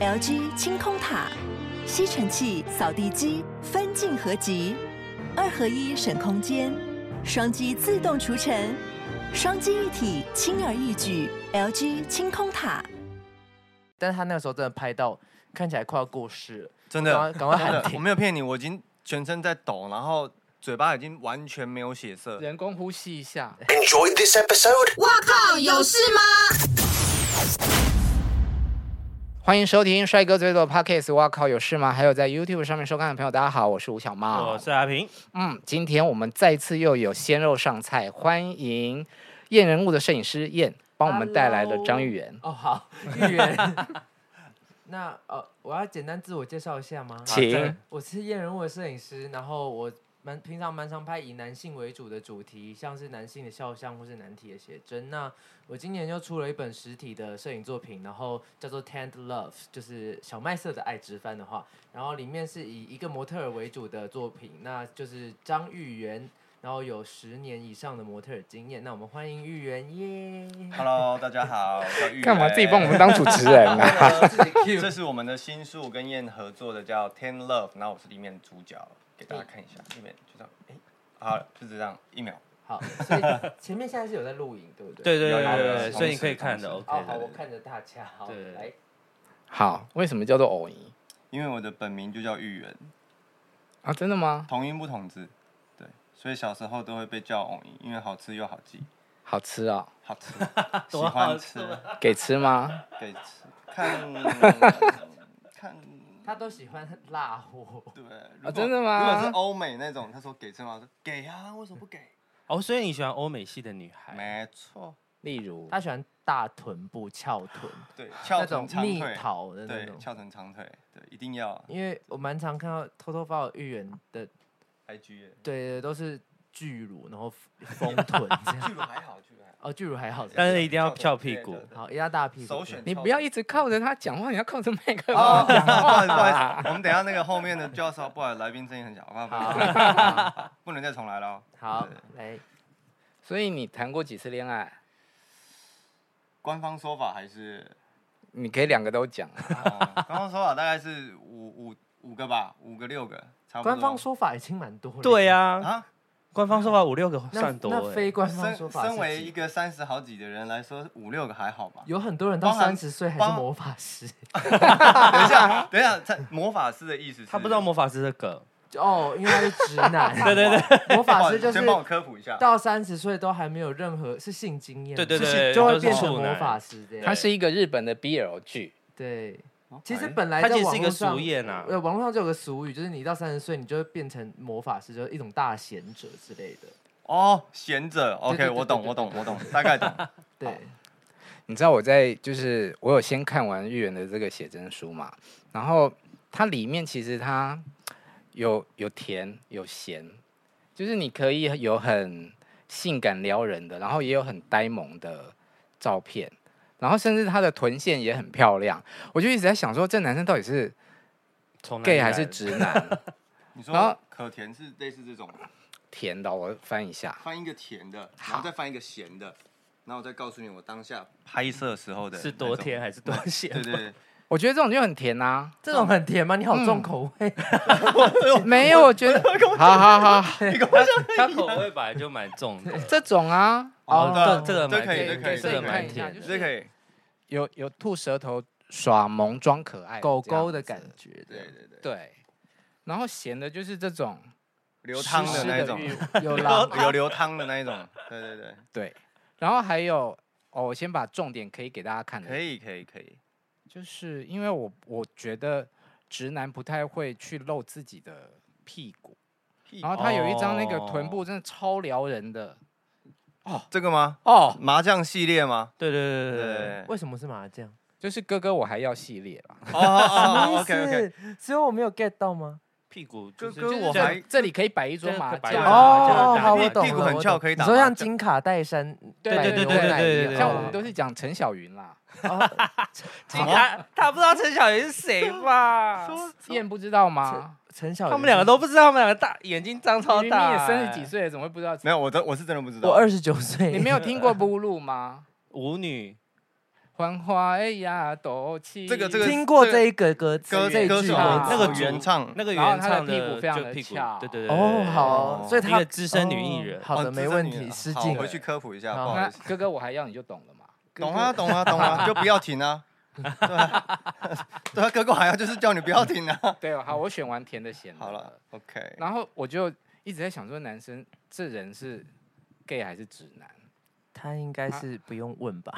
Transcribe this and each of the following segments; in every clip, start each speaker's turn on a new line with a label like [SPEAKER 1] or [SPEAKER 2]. [SPEAKER 1] LG 清空塔、吸尘器、扫地机分镜合集，二合一省空间，双击自动除尘，双击一体轻而易举。LG 清空塔。
[SPEAKER 2] 但是他那个时候真的拍到看起来快要过世了，
[SPEAKER 3] 真的
[SPEAKER 2] 赶快赶快喊
[SPEAKER 3] 真的
[SPEAKER 2] 停
[SPEAKER 3] 我没有骗你，我已经全身在抖，然后嘴巴已经完全没有血色。
[SPEAKER 2] 人工呼吸一下。
[SPEAKER 4] Enjoyed this episode?
[SPEAKER 2] 欢迎收听帅哥最多的 Podcast，哇靠，有事吗？还有在 YouTube 上面收看的朋友，大家好，我是吴小茂
[SPEAKER 5] 我。是阿平，
[SPEAKER 2] 嗯，今天我们再次又有鲜肉上菜，欢迎验人物的摄影师燕帮我们带来了张玉元。
[SPEAKER 6] 哦，好，芋圆。 那呃，我要简单自我介绍一下吗？
[SPEAKER 5] 啊
[SPEAKER 2] 请
[SPEAKER 3] 对
[SPEAKER 6] 我是验人物的摄影师，然后我蛮平常蛮常拍以男性为主的主题，像是男性的肖像或是男体的写真。那我今年又出了一本实体的摄影作品，然后叫做《Tent Love》，就是小麦色的爱直翻的话，然后里面是以一个模特儿为主的作品，那就是张玉元。然后有十年以上的模特儿经验，那我们欢迎玉元耶！
[SPEAKER 3] Hello，大家好，我叫玉。
[SPEAKER 2] 干嘛自己 帮我？们当主持人啊？
[SPEAKER 6] 自己 cue
[SPEAKER 3] 这是我们的新书，我跟燕合作的叫《Ten Love》，然后我是里面的主角，给
[SPEAKER 2] 嗯
[SPEAKER 3] 大家看一下，里面就这样，哎、好，就这样，一秒。
[SPEAKER 6] 好，所以前面现在是有在录影，对不对？
[SPEAKER 5] 对对对
[SPEAKER 3] 有有有
[SPEAKER 5] 对
[SPEAKER 3] 有
[SPEAKER 5] 对，所以你可以
[SPEAKER 3] 同时
[SPEAKER 5] 看的
[SPEAKER 3] 同
[SPEAKER 5] ，OK
[SPEAKER 3] 时
[SPEAKER 6] 哦，好，
[SPEAKER 5] 的
[SPEAKER 6] 我
[SPEAKER 5] 对
[SPEAKER 6] 看着大家，好，
[SPEAKER 5] 对
[SPEAKER 6] 来，
[SPEAKER 2] 好，为什么叫做偶姨
[SPEAKER 3] 因为我的本名就叫玉元，
[SPEAKER 2] 啊？真的吗？
[SPEAKER 3] 同音不同字，对，所以小时候都会被叫偶因，因为好吃又好记，
[SPEAKER 2] 好吃哦，
[SPEAKER 3] 好吃，喜
[SPEAKER 5] 多好
[SPEAKER 3] 欢
[SPEAKER 5] 吃
[SPEAKER 3] 吃，
[SPEAKER 2] 给吃吗？
[SPEAKER 3] 给吃，看看。
[SPEAKER 6] 他都喜欢辣火，
[SPEAKER 3] 对，
[SPEAKER 6] 啊
[SPEAKER 3] 如果
[SPEAKER 2] 真的吗
[SPEAKER 3] 如果是欧美那种，他说给吃吗？我说给啊，为什么不给？
[SPEAKER 5] 哦，所以你喜欢欧美系的女
[SPEAKER 6] 哎
[SPEAKER 5] 孩，
[SPEAKER 3] 没错，
[SPEAKER 2] 例如，
[SPEAKER 6] 他喜欢大臀部、翘臀，
[SPEAKER 3] 对，
[SPEAKER 6] 那
[SPEAKER 3] 翘
[SPEAKER 6] 种
[SPEAKER 3] 臀长
[SPEAKER 6] 蜜
[SPEAKER 3] 腿，
[SPEAKER 6] 桃的那
[SPEAKER 3] 对，
[SPEAKER 6] 种。
[SPEAKER 3] 翘臀长腿，对，一定要啊
[SPEAKER 6] 因为我蛮常看到偷偷发我芋圆的，
[SPEAKER 3] IG 耶。
[SPEAKER 6] 对对，都是巨乳，然后丰臀这样。
[SPEAKER 3] 巨 乳还好，巨乳还好，
[SPEAKER 6] 哦，巨乳还好，
[SPEAKER 5] 但是一定要翘
[SPEAKER 3] 臀
[SPEAKER 5] 屁
[SPEAKER 3] 对
[SPEAKER 5] 股
[SPEAKER 3] 对对
[SPEAKER 6] 好，一大大屁股。
[SPEAKER 3] 首选。
[SPEAKER 2] 你不要一直靠着他讲话，你要靠着麦克风。
[SPEAKER 5] 啊
[SPEAKER 3] 哦，不好意思，不好意思，我们等一下那个后面的就要说，不好意思，来宾声音很小，不好不好不好不能再重来了哦。
[SPEAKER 6] 好
[SPEAKER 3] 对，
[SPEAKER 6] 来，
[SPEAKER 2] 所以你谈过几次恋爱？
[SPEAKER 3] 官方说法还是，
[SPEAKER 2] 你可以两个都讲啊。
[SPEAKER 3] 哦官方说法大概是五五五个吧，五个六个，差不多。
[SPEAKER 6] 官方说法已经蛮多了。
[SPEAKER 5] 对
[SPEAKER 6] 呀，
[SPEAKER 5] 呀，
[SPEAKER 3] 啊，
[SPEAKER 5] 官方说法五六个
[SPEAKER 6] 那
[SPEAKER 5] 算多
[SPEAKER 6] 那非
[SPEAKER 5] 欸，
[SPEAKER 6] 官方说
[SPEAKER 3] 身
[SPEAKER 6] 法是
[SPEAKER 3] 身
[SPEAKER 6] 几，
[SPEAKER 3] 为一个三十好几的人来说，五六个还好吧？
[SPEAKER 6] 有很多人到
[SPEAKER 3] 包含
[SPEAKER 6] 三十岁还
[SPEAKER 3] 包
[SPEAKER 6] 是
[SPEAKER 3] 含
[SPEAKER 6] 魔法师。
[SPEAKER 3] 等一下，等一下，他魔法师的意思是
[SPEAKER 5] 他不知道魔法师的梗，
[SPEAKER 6] 哦，因为他是直男。 对
[SPEAKER 5] 对
[SPEAKER 6] 对，魔
[SPEAKER 3] 不
[SPEAKER 6] 法
[SPEAKER 3] 好意
[SPEAKER 6] 师
[SPEAKER 3] 思
[SPEAKER 6] 就
[SPEAKER 3] 哦先
[SPEAKER 6] 是
[SPEAKER 3] 帮我科普一下，
[SPEAKER 6] 到三十岁都还没有任何是性经验嘛，
[SPEAKER 5] 对对
[SPEAKER 6] 是
[SPEAKER 5] 对
[SPEAKER 6] 就会
[SPEAKER 5] 都是
[SPEAKER 6] 变成
[SPEAKER 5] 处
[SPEAKER 6] 魔
[SPEAKER 5] 男
[SPEAKER 6] 法师这样
[SPEAKER 2] 它。是一个日本的 BL 剧，
[SPEAKER 6] 对，
[SPEAKER 3] 哦
[SPEAKER 6] 其实
[SPEAKER 3] 哎
[SPEAKER 6] 本来
[SPEAKER 5] 他
[SPEAKER 6] 在
[SPEAKER 5] 其实
[SPEAKER 6] 网
[SPEAKER 5] 是一
[SPEAKER 6] 络
[SPEAKER 5] 个
[SPEAKER 6] 上
[SPEAKER 5] 俗，谚啊，
[SPEAKER 6] 呃，网络上就有个俗语，就是你到三十岁，你就会变成魔法师，就是一种大贤者之类的。
[SPEAKER 3] 哦，贤者
[SPEAKER 6] 对
[SPEAKER 3] ，OK，
[SPEAKER 6] 对
[SPEAKER 3] 我懂，
[SPEAKER 6] 对
[SPEAKER 3] 我懂，我懂，大概懂。
[SPEAKER 6] 对，
[SPEAKER 2] 你知道我在就是我有先看完玉园的这个写真书嘛，然后它里面其实它有有甜有咸，就是你可以有很性感撩人的，然后也有很呆萌的照片，然后甚至她的臀线也很漂亮，我就一直在想说这男生到底是
[SPEAKER 5] 从哪里
[SPEAKER 2] gay
[SPEAKER 5] 来
[SPEAKER 2] 还是
[SPEAKER 5] 的
[SPEAKER 2] 直 男？
[SPEAKER 3] 你
[SPEAKER 2] 然后
[SPEAKER 3] 说可甜是类似这种，
[SPEAKER 2] 甜的哦，我翻一下，
[SPEAKER 3] 翻一个甜的，然后再翻一个咸的，然后我再告诉你我当下拍摄时候的
[SPEAKER 5] 是多甜
[SPEAKER 3] 那
[SPEAKER 5] 还是多咸？
[SPEAKER 3] 种。对对
[SPEAKER 2] 我觉得这种就很甜啊，
[SPEAKER 6] 这种很甜吗？你好
[SPEAKER 3] 嗯
[SPEAKER 6] 重口味，
[SPEAKER 5] 嗯
[SPEAKER 6] 啊
[SPEAKER 2] 没 有，我觉得好好好好，
[SPEAKER 5] 他口味本来就蛮重的，
[SPEAKER 2] 这种啊，
[SPEAKER 5] 哦，
[SPEAKER 6] 哦
[SPEAKER 5] 这这个
[SPEAKER 3] 这
[SPEAKER 5] 蛮
[SPEAKER 3] 可以这
[SPEAKER 5] 甜
[SPEAKER 3] 可以
[SPEAKER 5] 这
[SPEAKER 3] 这
[SPEAKER 5] 个
[SPEAKER 3] 可以
[SPEAKER 5] 蛮
[SPEAKER 2] 看一下
[SPEAKER 5] 甜
[SPEAKER 2] 就
[SPEAKER 5] 的
[SPEAKER 3] 对，这
[SPEAKER 2] 是，
[SPEAKER 3] 可以，
[SPEAKER 2] 有有吐舌头耍萌装可爱，
[SPEAKER 6] 狗狗的感
[SPEAKER 2] 觉。
[SPEAKER 6] 觉，
[SPEAKER 3] 对对对，
[SPEAKER 2] 对，然后咸的就是这种
[SPEAKER 3] 流汤
[SPEAKER 2] 湿
[SPEAKER 3] 的
[SPEAKER 2] 湿
[SPEAKER 3] 那一种，
[SPEAKER 2] 玉
[SPEAKER 6] 有啦，
[SPEAKER 3] 有流汤的那一种，对对对，
[SPEAKER 2] 对，然后还有哦，我先把重点可以给大家看的，
[SPEAKER 3] 可以可以可以，
[SPEAKER 2] 就是因为我我觉得直男不太会去露自己的屁股，
[SPEAKER 3] 屁
[SPEAKER 2] 然后他有一张那个臀
[SPEAKER 5] 哦
[SPEAKER 2] 部真的超撩人的
[SPEAKER 3] 这个吗？
[SPEAKER 2] 哦，
[SPEAKER 3] 麻将系列吗？
[SPEAKER 5] 对对对对对
[SPEAKER 3] 对，
[SPEAKER 6] 为什么是麻将？
[SPEAKER 2] 就是哥哥我还要系列啦，
[SPEAKER 3] 哦哦
[SPEAKER 6] 什
[SPEAKER 3] ，OK
[SPEAKER 6] 么
[SPEAKER 3] OK，
[SPEAKER 6] 意思只有我没有 get 到吗？
[SPEAKER 5] 屁股就
[SPEAKER 3] 哥哥
[SPEAKER 5] 是
[SPEAKER 2] 就是
[SPEAKER 3] 我
[SPEAKER 2] 这
[SPEAKER 3] 还
[SPEAKER 2] 这里可以摆一桌
[SPEAKER 5] 这个
[SPEAKER 2] 麻
[SPEAKER 5] 摆
[SPEAKER 2] 将
[SPEAKER 5] 一
[SPEAKER 2] 啊，
[SPEAKER 5] 桌麻将
[SPEAKER 6] 哦，
[SPEAKER 5] 打
[SPEAKER 6] 好，
[SPEAKER 5] 屁
[SPEAKER 6] 我懂
[SPEAKER 3] 屁股
[SPEAKER 6] 了
[SPEAKER 3] 很
[SPEAKER 6] 我
[SPEAKER 3] 翘
[SPEAKER 6] 懂
[SPEAKER 3] 可以
[SPEAKER 6] 你
[SPEAKER 3] 打
[SPEAKER 6] 说
[SPEAKER 3] 麻
[SPEAKER 6] 像
[SPEAKER 3] 将
[SPEAKER 6] 金卡戴珊，
[SPEAKER 2] 对对
[SPEAKER 5] 对对对对对对
[SPEAKER 2] 像我
[SPEAKER 5] 对
[SPEAKER 2] 们都是讲陈小云啦，
[SPEAKER 6] 哦
[SPEAKER 3] 什么
[SPEAKER 5] 他他不知道陈小云是
[SPEAKER 3] 哎
[SPEAKER 5] 谁吧？
[SPEAKER 2] 燕不知道吗？
[SPEAKER 6] 陈小，
[SPEAKER 5] 他们两个。都不知道，他们两个大眼睛张超
[SPEAKER 2] 你明明
[SPEAKER 5] 大
[SPEAKER 2] 也
[SPEAKER 5] 欸，
[SPEAKER 2] 三十几岁了，怎么会不知道？
[SPEAKER 3] 没有，我真我是真的不知道。
[SPEAKER 6] 我二十九岁，
[SPEAKER 2] 你没有听过 Blue 吗？
[SPEAKER 5] 舞女，
[SPEAKER 2] 幻化哎呀斗气。
[SPEAKER 3] 这个这个
[SPEAKER 6] 听过
[SPEAKER 3] 这
[SPEAKER 6] 这一个歌词
[SPEAKER 3] 歌
[SPEAKER 6] 这一
[SPEAKER 3] 歌
[SPEAKER 6] 句
[SPEAKER 3] 手
[SPEAKER 2] 啊
[SPEAKER 6] 吗
[SPEAKER 3] 那
[SPEAKER 5] 那个
[SPEAKER 3] 个
[SPEAKER 5] 主
[SPEAKER 3] 原唱
[SPEAKER 5] 那个
[SPEAKER 2] 然后
[SPEAKER 5] 原
[SPEAKER 2] 她的
[SPEAKER 5] 唱
[SPEAKER 2] 屁股非常
[SPEAKER 5] 就
[SPEAKER 2] 的
[SPEAKER 5] 屁股
[SPEAKER 2] 翘，
[SPEAKER 5] 对对对对
[SPEAKER 6] 哦，
[SPEAKER 5] 对
[SPEAKER 6] 好，所以
[SPEAKER 5] 一
[SPEAKER 6] 他
[SPEAKER 5] 个资深女艺人
[SPEAKER 6] 哦好的，
[SPEAKER 3] 哦这
[SPEAKER 6] 没
[SPEAKER 3] 是
[SPEAKER 6] 问
[SPEAKER 3] 你
[SPEAKER 6] 题，
[SPEAKER 3] 的
[SPEAKER 6] 失
[SPEAKER 3] 好
[SPEAKER 6] 敬了。
[SPEAKER 3] 回去科普一下，
[SPEAKER 6] 好
[SPEAKER 3] 不好
[SPEAKER 2] 那
[SPEAKER 3] 意思。
[SPEAKER 2] 哥哥我还要你就懂了嘛。
[SPEAKER 3] 懂啊，懂啊，懂 啊，就不要停啊。对啊， 对啊，哥哥好像就是叫你不要停啊。
[SPEAKER 2] 对，好，我选完甜的咸的。
[SPEAKER 3] 好了，，OK，
[SPEAKER 2] 然后我就一直在想说，男生这人是 gay 还是直男？
[SPEAKER 6] 他应该是不用问 吧？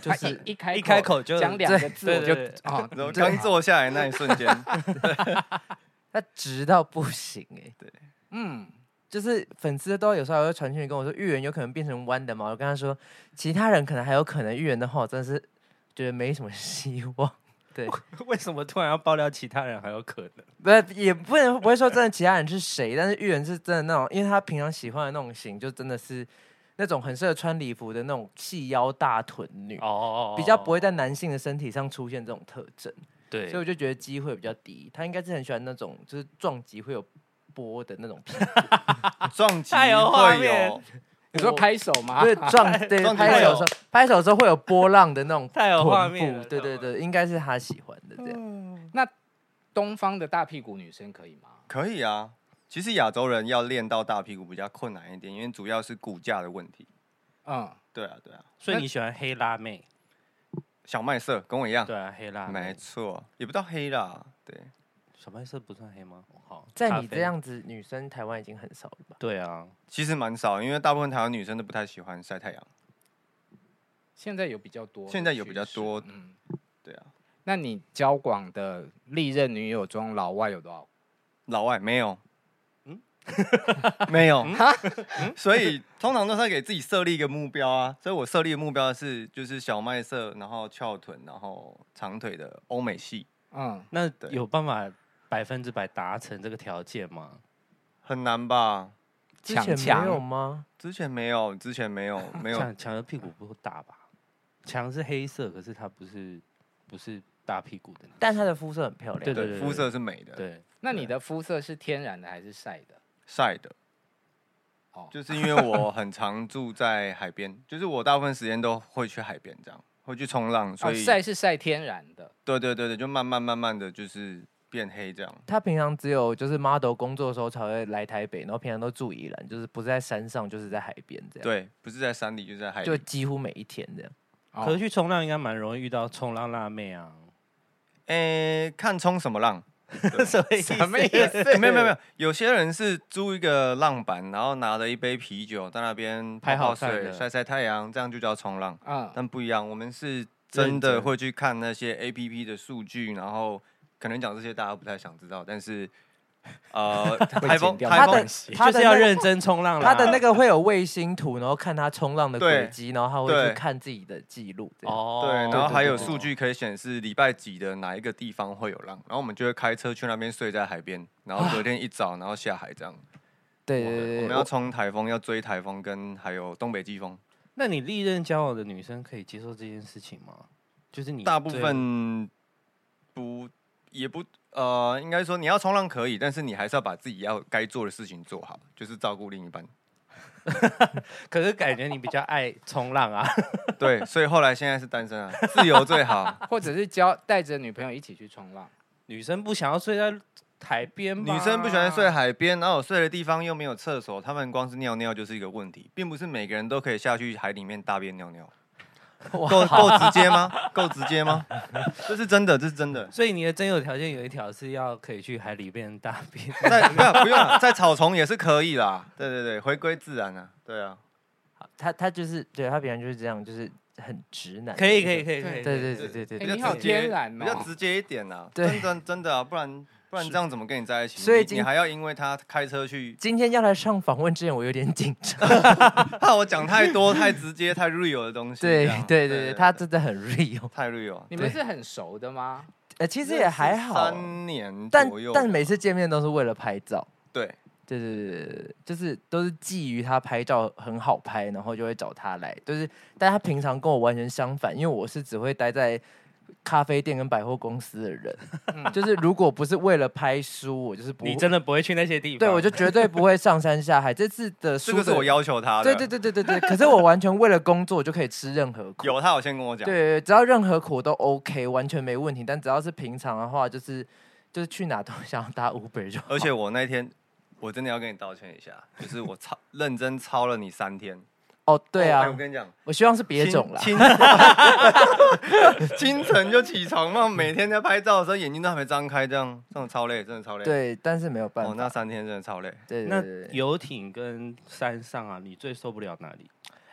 [SPEAKER 6] 就
[SPEAKER 2] 他
[SPEAKER 6] 是
[SPEAKER 2] 一一开
[SPEAKER 5] 一开口就
[SPEAKER 2] 讲两个字，
[SPEAKER 5] 对
[SPEAKER 2] 我就
[SPEAKER 5] 对对
[SPEAKER 2] 哦，
[SPEAKER 3] 然后
[SPEAKER 6] 啊
[SPEAKER 2] 对
[SPEAKER 3] 刚坐下来那一瞬间，
[SPEAKER 6] 他直到不行哎、
[SPEAKER 2] 嗯，
[SPEAKER 6] 就是粉丝都有时候还会传讯跟我说，芋圆有可能变成弯的嘛？我跟他说，其他人可能还有可能，芋圆的话，我真的是觉得没什么希望。
[SPEAKER 5] 为什么突然要爆料其他人还有可能？
[SPEAKER 6] 不是，也不能不会说真的其他人是谁，但是芋圆是真的那种，因为他平常喜欢的那种型，就真的是那种很适合穿礼服的那种细腰大臀女，
[SPEAKER 5] 哦
[SPEAKER 6] 比较不会在男性的身体上出现这种特征，
[SPEAKER 5] 对
[SPEAKER 6] 所以我就觉得机会比较低。他应该是很喜欢那种就是撞击会有波的那种屁股，
[SPEAKER 3] 撞击
[SPEAKER 5] 太有画
[SPEAKER 3] 会
[SPEAKER 5] 面
[SPEAKER 3] 有，
[SPEAKER 2] 你说拍手
[SPEAKER 5] 啊
[SPEAKER 2] 吗
[SPEAKER 6] 不？是撞对
[SPEAKER 3] 撞击
[SPEAKER 6] 拍
[SPEAKER 3] 会
[SPEAKER 6] 手
[SPEAKER 3] 有
[SPEAKER 6] 的时候拍手的时候会有波浪的那种
[SPEAKER 5] 太 有画
[SPEAKER 6] 臀
[SPEAKER 5] 面了
[SPEAKER 6] 部，对对对，应该是他喜欢的这
[SPEAKER 5] 嗯
[SPEAKER 6] 样。
[SPEAKER 2] 东方的大屁股女生可以吗？
[SPEAKER 3] 可以啊。其实亚洲人要练到大屁股比较困难一点，因为主要是骨架的问题。
[SPEAKER 2] 嗯，
[SPEAKER 3] 对啊，对啊，
[SPEAKER 5] 所以你喜欢黑辣妹？
[SPEAKER 3] 小麦色跟我一样，
[SPEAKER 5] 对啊，黑辣
[SPEAKER 3] 没
[SPEAKER 5] 妹。
[SPEAKER 3] 错，也不到黑啦，对，
[SPEAKER 5] 小白色不算黑吗？好，
[SPEAKER 6] 在
[SPEAKER 5] 咖
[SPEAKER 6] 你这
[SPEAKER 5] 啡。
[SPEAKER 6] 样子，女生台湾已经很少了吧？
[SPEAKER 5] 对啊，
[SPEAKER 3] 其实蛮少，因为大部分台湾女生都不太喜欢晒太阳。
[SPEAKER 2] 现在有比较多，
[SPEAKER 3] 现在有比较多
[SPEAKER 2] 嗯，
[SPEAKER 3] 对啊，
[SPEAKER 2] 那你交往的历任女友中，老外有多少？
[SPEAKER 3] 老外没有，嗯， 没有，所以通常都是给自己设立一个目标啊。所以我设立的目标是，就是小麦色，然后翘臀，然后长腿的欧美系，
[SPEAKER 2] 嗯，
[SPEAKER 5] 那
[SPEAKER 3] 对
[SPEAKER 5] 有办法百分之百达成这个条件吗？
[SPEAKER 3] 很难吧？
[SPEAKER 6] 之
[SPEAKER 2] 强
[SPEAKER 6] 前没有
[SPEAKER 2] 强
[SPEAKER 6] 吗？
[SPEAKER 3] 之前没有，之前没有，没有，
[SPEAKER 5] 强强的屁股不大吧？强是黑色，可是它不是不是大屁股的那种。
[SPEAKER 6] 但她的肤色很漂亮。
[SPEAKER 5] 对对
[SPEAKER 3] 肤色是美的，
[SPEAKER 5] 对，
[SPEAKER 2] 那你的肤色是天然的还是晒的？
[SPEAKER 3] 晒的。
[SPEAKER 2] 哦，
[SPEAKER 3] 就是因为我很常住在海边，就是我大部分时间都会去海边，这样会去冲浪，所
[SPEAKER 2] 哦，
[SPEAKER 3] 以、
[SPEAKER 2] 晒是晒天然的，
[SPEAKER 3] 对对对对，就慢慢慢慢的就是变黑这样。
[SPEAKER 6] 他平常只有就是 model 工作的时候才会来台北，然后平常都住宜兰，就是不是在山上就是在海边这样，
[SPEAKER 3] 对，不是在山里就是在海
[SPEAKER 6] 就
[SPEAKER 3] 里，
[SPEAKER 6] 几乎每一天这样。
[SPEAKER 2] 哦
[SPEAKER 5] 可是去冲浪应该蛮容易遇到冲浪辣妹啊。
[SPEAKER 3] 诶、看冲什么浪。
[SPEAKER 5] 什 么意 思？
[SPEAKER 2] 什么意思？
[SPEAKER 3] 没有没有没有，有些人是租一个浪板，然后拿了一杯啤酒在那边
[SPEAKER 5] 拍
[SPEAKER 3] 泡
[SPEAKER 5] 好
[SPEAKER 3] 泡
[SPEAKER 5] 看
[SPEAKER 3] 水、
[SPEAKER 5] 的
[SPEAKER 3] 晒晒太阳，这样就叫冲浪。
[SPEAKER 2] 嗯，
[SPEAKER 3] 但不一样，我们是真的
[SPEAKER 5] 真
[SPEAKER 3] 会去看那些 A P P 的数据，然后可能讲这些大家不太想知道，但是呃，台风
[SPEAKER 2] 掉
[SPEAKER 3] 台
[SPEAKER 6] 他
[SPEAKER 2] 没
[SPEAKER 3] 风
[SPEAKER 6] 的
[SPEAKER 2] 关系
[SPEAKER 6] 他
[SPEAKER 5] 就
[SPEAKER 6] 的
[SPEAKER 5] 是要
[SPEAKER 6] 那个
[SPEAKER 5] 认真冲浪啦。
[SPEAKER 6] 他的那个会有卫星图，然后看他冲浪的
[SPEAKER 3] 对
[SPEAKER 6] 轨迹，然后他会
[SPEAKER 3] 对
[SPEAKER 6] 去看自己的记录这样。
[SPEAKER 5] 哦，
[SPEAKER 3] 对，然后还有数
[SPEAKER 5] 对。对对
[SPEAKER 3] 据可以显示礼拜几的哪一个地方会有浪，然后我们就会开车去那边睡在海边，然后隔天一早然后下海这样。
[SPEAKER 6] 对
[SPEAKER 5] 哇
[SPEAKER 6] 对
[SPEAKER 3] 我
[SPEAKER 6] 对
[SPEAKER 3] 们
[SPEAKER 6] 对
[SPEAKER 3] 要
[SPEAKER 6] 我，
[SPEAKER 3] 冲台风，要追台风，跟还有东北季风。
[SPEAKER 5] 那你历任交往的女生可以接受这件事情吗？就是你
[SPEAKER 3] 大部
[SPEAKER 5] 对
[SPEAKER 3] 分不也不呃，应该说你要冲浪可以，但是你还是要把自己要该做的事情做好，就是照顾另一半。
[SPEAKER 5] 可是感觉你比较爱冲浪啊，
[SPEAKER 3] 对，所以后来现在是单身啊，自由最 好。
[SPEAKER 2] 或者是交带着女朋友一起去冲浪，
[SPEAKER 5] 女生不想要睡在海边吧，
[SPEAKER 3] 女生不喜欢睡海边，然后有睡的地方又没有厕所，她们光是尿尿就是一个问题，并不是每个人都可以下去海里面大便尿尿。够够直接吗？够直接吗？这是真的，这是真的。
[SPEAKER 5] 所以你的真有条件有一条是要可以去海里边大便，
[SPEAKER 3] 在不要不用啊，在草丛也是可以啦。对对对，回归自然啊。对啊，
[SPEAKER 6] 他他就是对他平常就是这样，就是很直男。
[SPEAKER 5] 可以可以。可以可以，
[SPEAKER 6] 对对对对对
[SPEAKER 2] 哎
[SPEAKER 3] 比较
[SPEAKER 2] 你好
[SPEAKER 6] 对。
[SPEAKER 3] 直接
[SPEAKER 2] 天然哦
[SPEAKER 3] 比较直接一点啦。
[SPEAKER 6] 对
[SPEAKER 3] 真的真的啊，不然不然这样怎么跟你在一起？
[SPEAKER 6] 所以
[SPEAKER 3] 你
[SPEAKER 6] 今
[SPEAKER 3] 你还要因为他开车去，
[SPEAKER 6] 今天要来上访问之前，我有点紧张。
[SPEAKER 3] 怕我讲太多、太直接、太 real 的东西。
[SPEAKER 6] 对
[SPEAKER 3] 这样
[SPEAKER 6] 对对对，他真的很 real。
[SPEAKER 3] 太 real 啊了。
[SPEAKER 2] 你们是很熟的吗？
[SPEAKER 6] 呃，其实也还好，
[SPEAKER 3] 三年
[SPEAKER 6] 但
[SPEAKER 3] 左右吧，
[SPEAKER 6] 但每次见面都是为了拍照。
[SPEAKER 3] 对
[SPEAKER 6] 对对对对对，就是都是觊觎他拍照很好拍，然后就会找他来。就是，但他平常跟我完全相反，因为我是只会待在咖啡店跟百货公司的人，
[SPEAKER 3] 嗯
[SPEAKER 6] 就是如果不是为了拍书，我就是不
[SPEAKER 4] 你真的不会去那些地方。
[SPEAKER 6] 对我就绝对不会上山下海。这次的
[SPEAKER 3] 这
[SPEAKER 6] 书
[SPEAKER 3] 个是
[SPEAKER 6] 的
[SPEAKER 3] 我要求他的。
[SPEAKER 6] 对对对对对对，可是我完全为了工作就可以吃任何苦，
[SPEAKER 3] 有他有先跟我讲。
[SPEAKER 6] 对，对，只要任何苦我都 OK，完全没问题。但只要是平常的话，就是就是去哪都想要搭 Uber 就好。
[SPEAKER 3] 而且我那天我真的要跟你道歉一下，就是我操认真操了你三天。
[SPEAKER 6] 哦，对
[SPEAKER 3] 哦哎
[SPEAKER 6] 啊
[SPEAKER 3] 我，跟你讲，
[SPEAKER 6] 我希望是别种啦。
[SPEAKER 3] 清清晨就起床嘛，每天在拍照的时候眼睛都还没张开，这样真的超累，真的超累。，
[SPEAKER 6] 对，但是没有办
[SPEAKER 3] 哦，那
[SPEAKER 6] 法。
[SPEAKER 3] 三天真的超累。
[SPEAKER 6] 对对
[SPEAKER 5] 那
[SPEAKER 6] 对对，
[SPEAKER 5] 游艇跟山上啊，你最受不了哪里？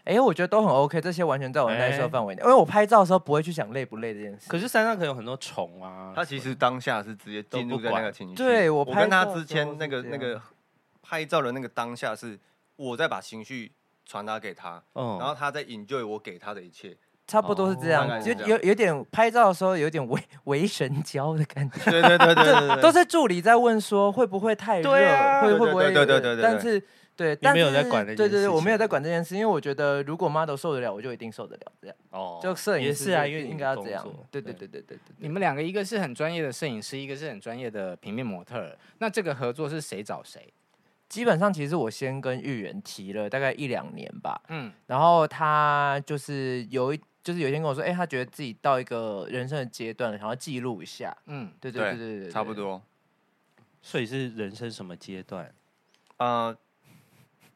[SPEAKER 6] 哎，我觉得都很 OK，这些完全在我的耐受
[SPEAKER 5] 哎
[SPEAKER 6] 范围内，因为我拍照的时候不会去想累不累这件事。
[SPEAKER 5] 可是山上可能有很多虫啊。
[SPEAKER 3] 他其实当下是直接进入在那个情绪。
[SPEAKER 6] 对我
[SPEAKER 3] 我
[SPEAKER 6] 拍
[SPEAKER 3] 跟他
[SPEAKER 6] 照的
[SPEAKER 3] 之
[SPEAKER 6] 时候
[SPEAKER 3] 间
[SPEAKER 6] 是
[SPEAKER 3] 那个
[SPEAKER 6] 这
[SPEAKER 3] 那
[SPEAKER 6] 样
[SPEAKER 3] 个拍照的那个当下是我在把情绪传达给他，
[SPEAKER 5] 嗯
[SPEAKER 3] 然后他在 enjoy 我给他的一 切。
[SPEAKER 6] 差不多是这样
[SPEAKER 3] 哦大概，是
[SPEAKER 6] 就
[SPEAKER 3] 这样
[SPEAKER 6] 有有点拍照的时候有点为为神交的感觉。
[SPEAKER 3] 对对对对对
[SPEAKER 6] 都
[SPEAKER 3] 对。
[SPEAKER 6] 是助理在问说会不会太热，
[SPEAKER 5] 对啊
[SPEAKER 6] 会会
[SPEAKER 3] 对
[SPEAKER 6] 不会
[SPEAKER 3] 对对对对对
[SPEAKER 6] 但是对，
[SPEAKER 5] 你
[SPEAKER 6] 但
[SPEAKER 5] 没有在
[SPEAKER 6] 是
[SPEAKER 5] 管那件
[SPEAKER 6] 对对对，
[SPEAKER 5] 事
[SPEAKER 6] 我没有
[SPEAKER 5] 情
[SPEAKER 6] 在管这件事，因为我觉得如果 model 受得了，我就一定受得了，这样
[SPEAKER 5] 哦
[SPEAKER 6] 就摄影
[SPEAKER 5] 也
[SPEAKER 6] 师
[SPEAKER 5] 是啊，
[SPEAKER 6] 就
[SPEAKER 5] 因为你
[SPEAKER 6] 应
[SPEAKER 5] 的
[SPEAKER 6] 该要
[SPEAKER 5] 工
[SPEAKER 6] 这样
[SPEAKER 5] 作。
[SPEAKER 6] 对对对对对
[SPEAKER 2] 你
[SPEAKER 6] 对
[SPEAKER 2] 们两个一个是很专业的摄影师，一个是很专业的平面模特儿，那这个合作是谁找谁？
[SPEAKER 6] 基本上其实我先跟玉元提了大概一两年吧，
[SPEAKER 2] 嗯，
[SPEAKER 6] 然后他就是有一就是有一天跟我说，哎、他觉得自己到一个人生的阶段了，想要记录一下。
[SPEAKER 2] 嗯，
[SPEAKER 6] 对对对
[SPEAKER 3] 对
[SPEAKER 6] 对对对，
[SPEAKER 3] 差不。多。
[SPEAKER 5] 所以是人生什么阶段？
[SPEAKER 3] 呃，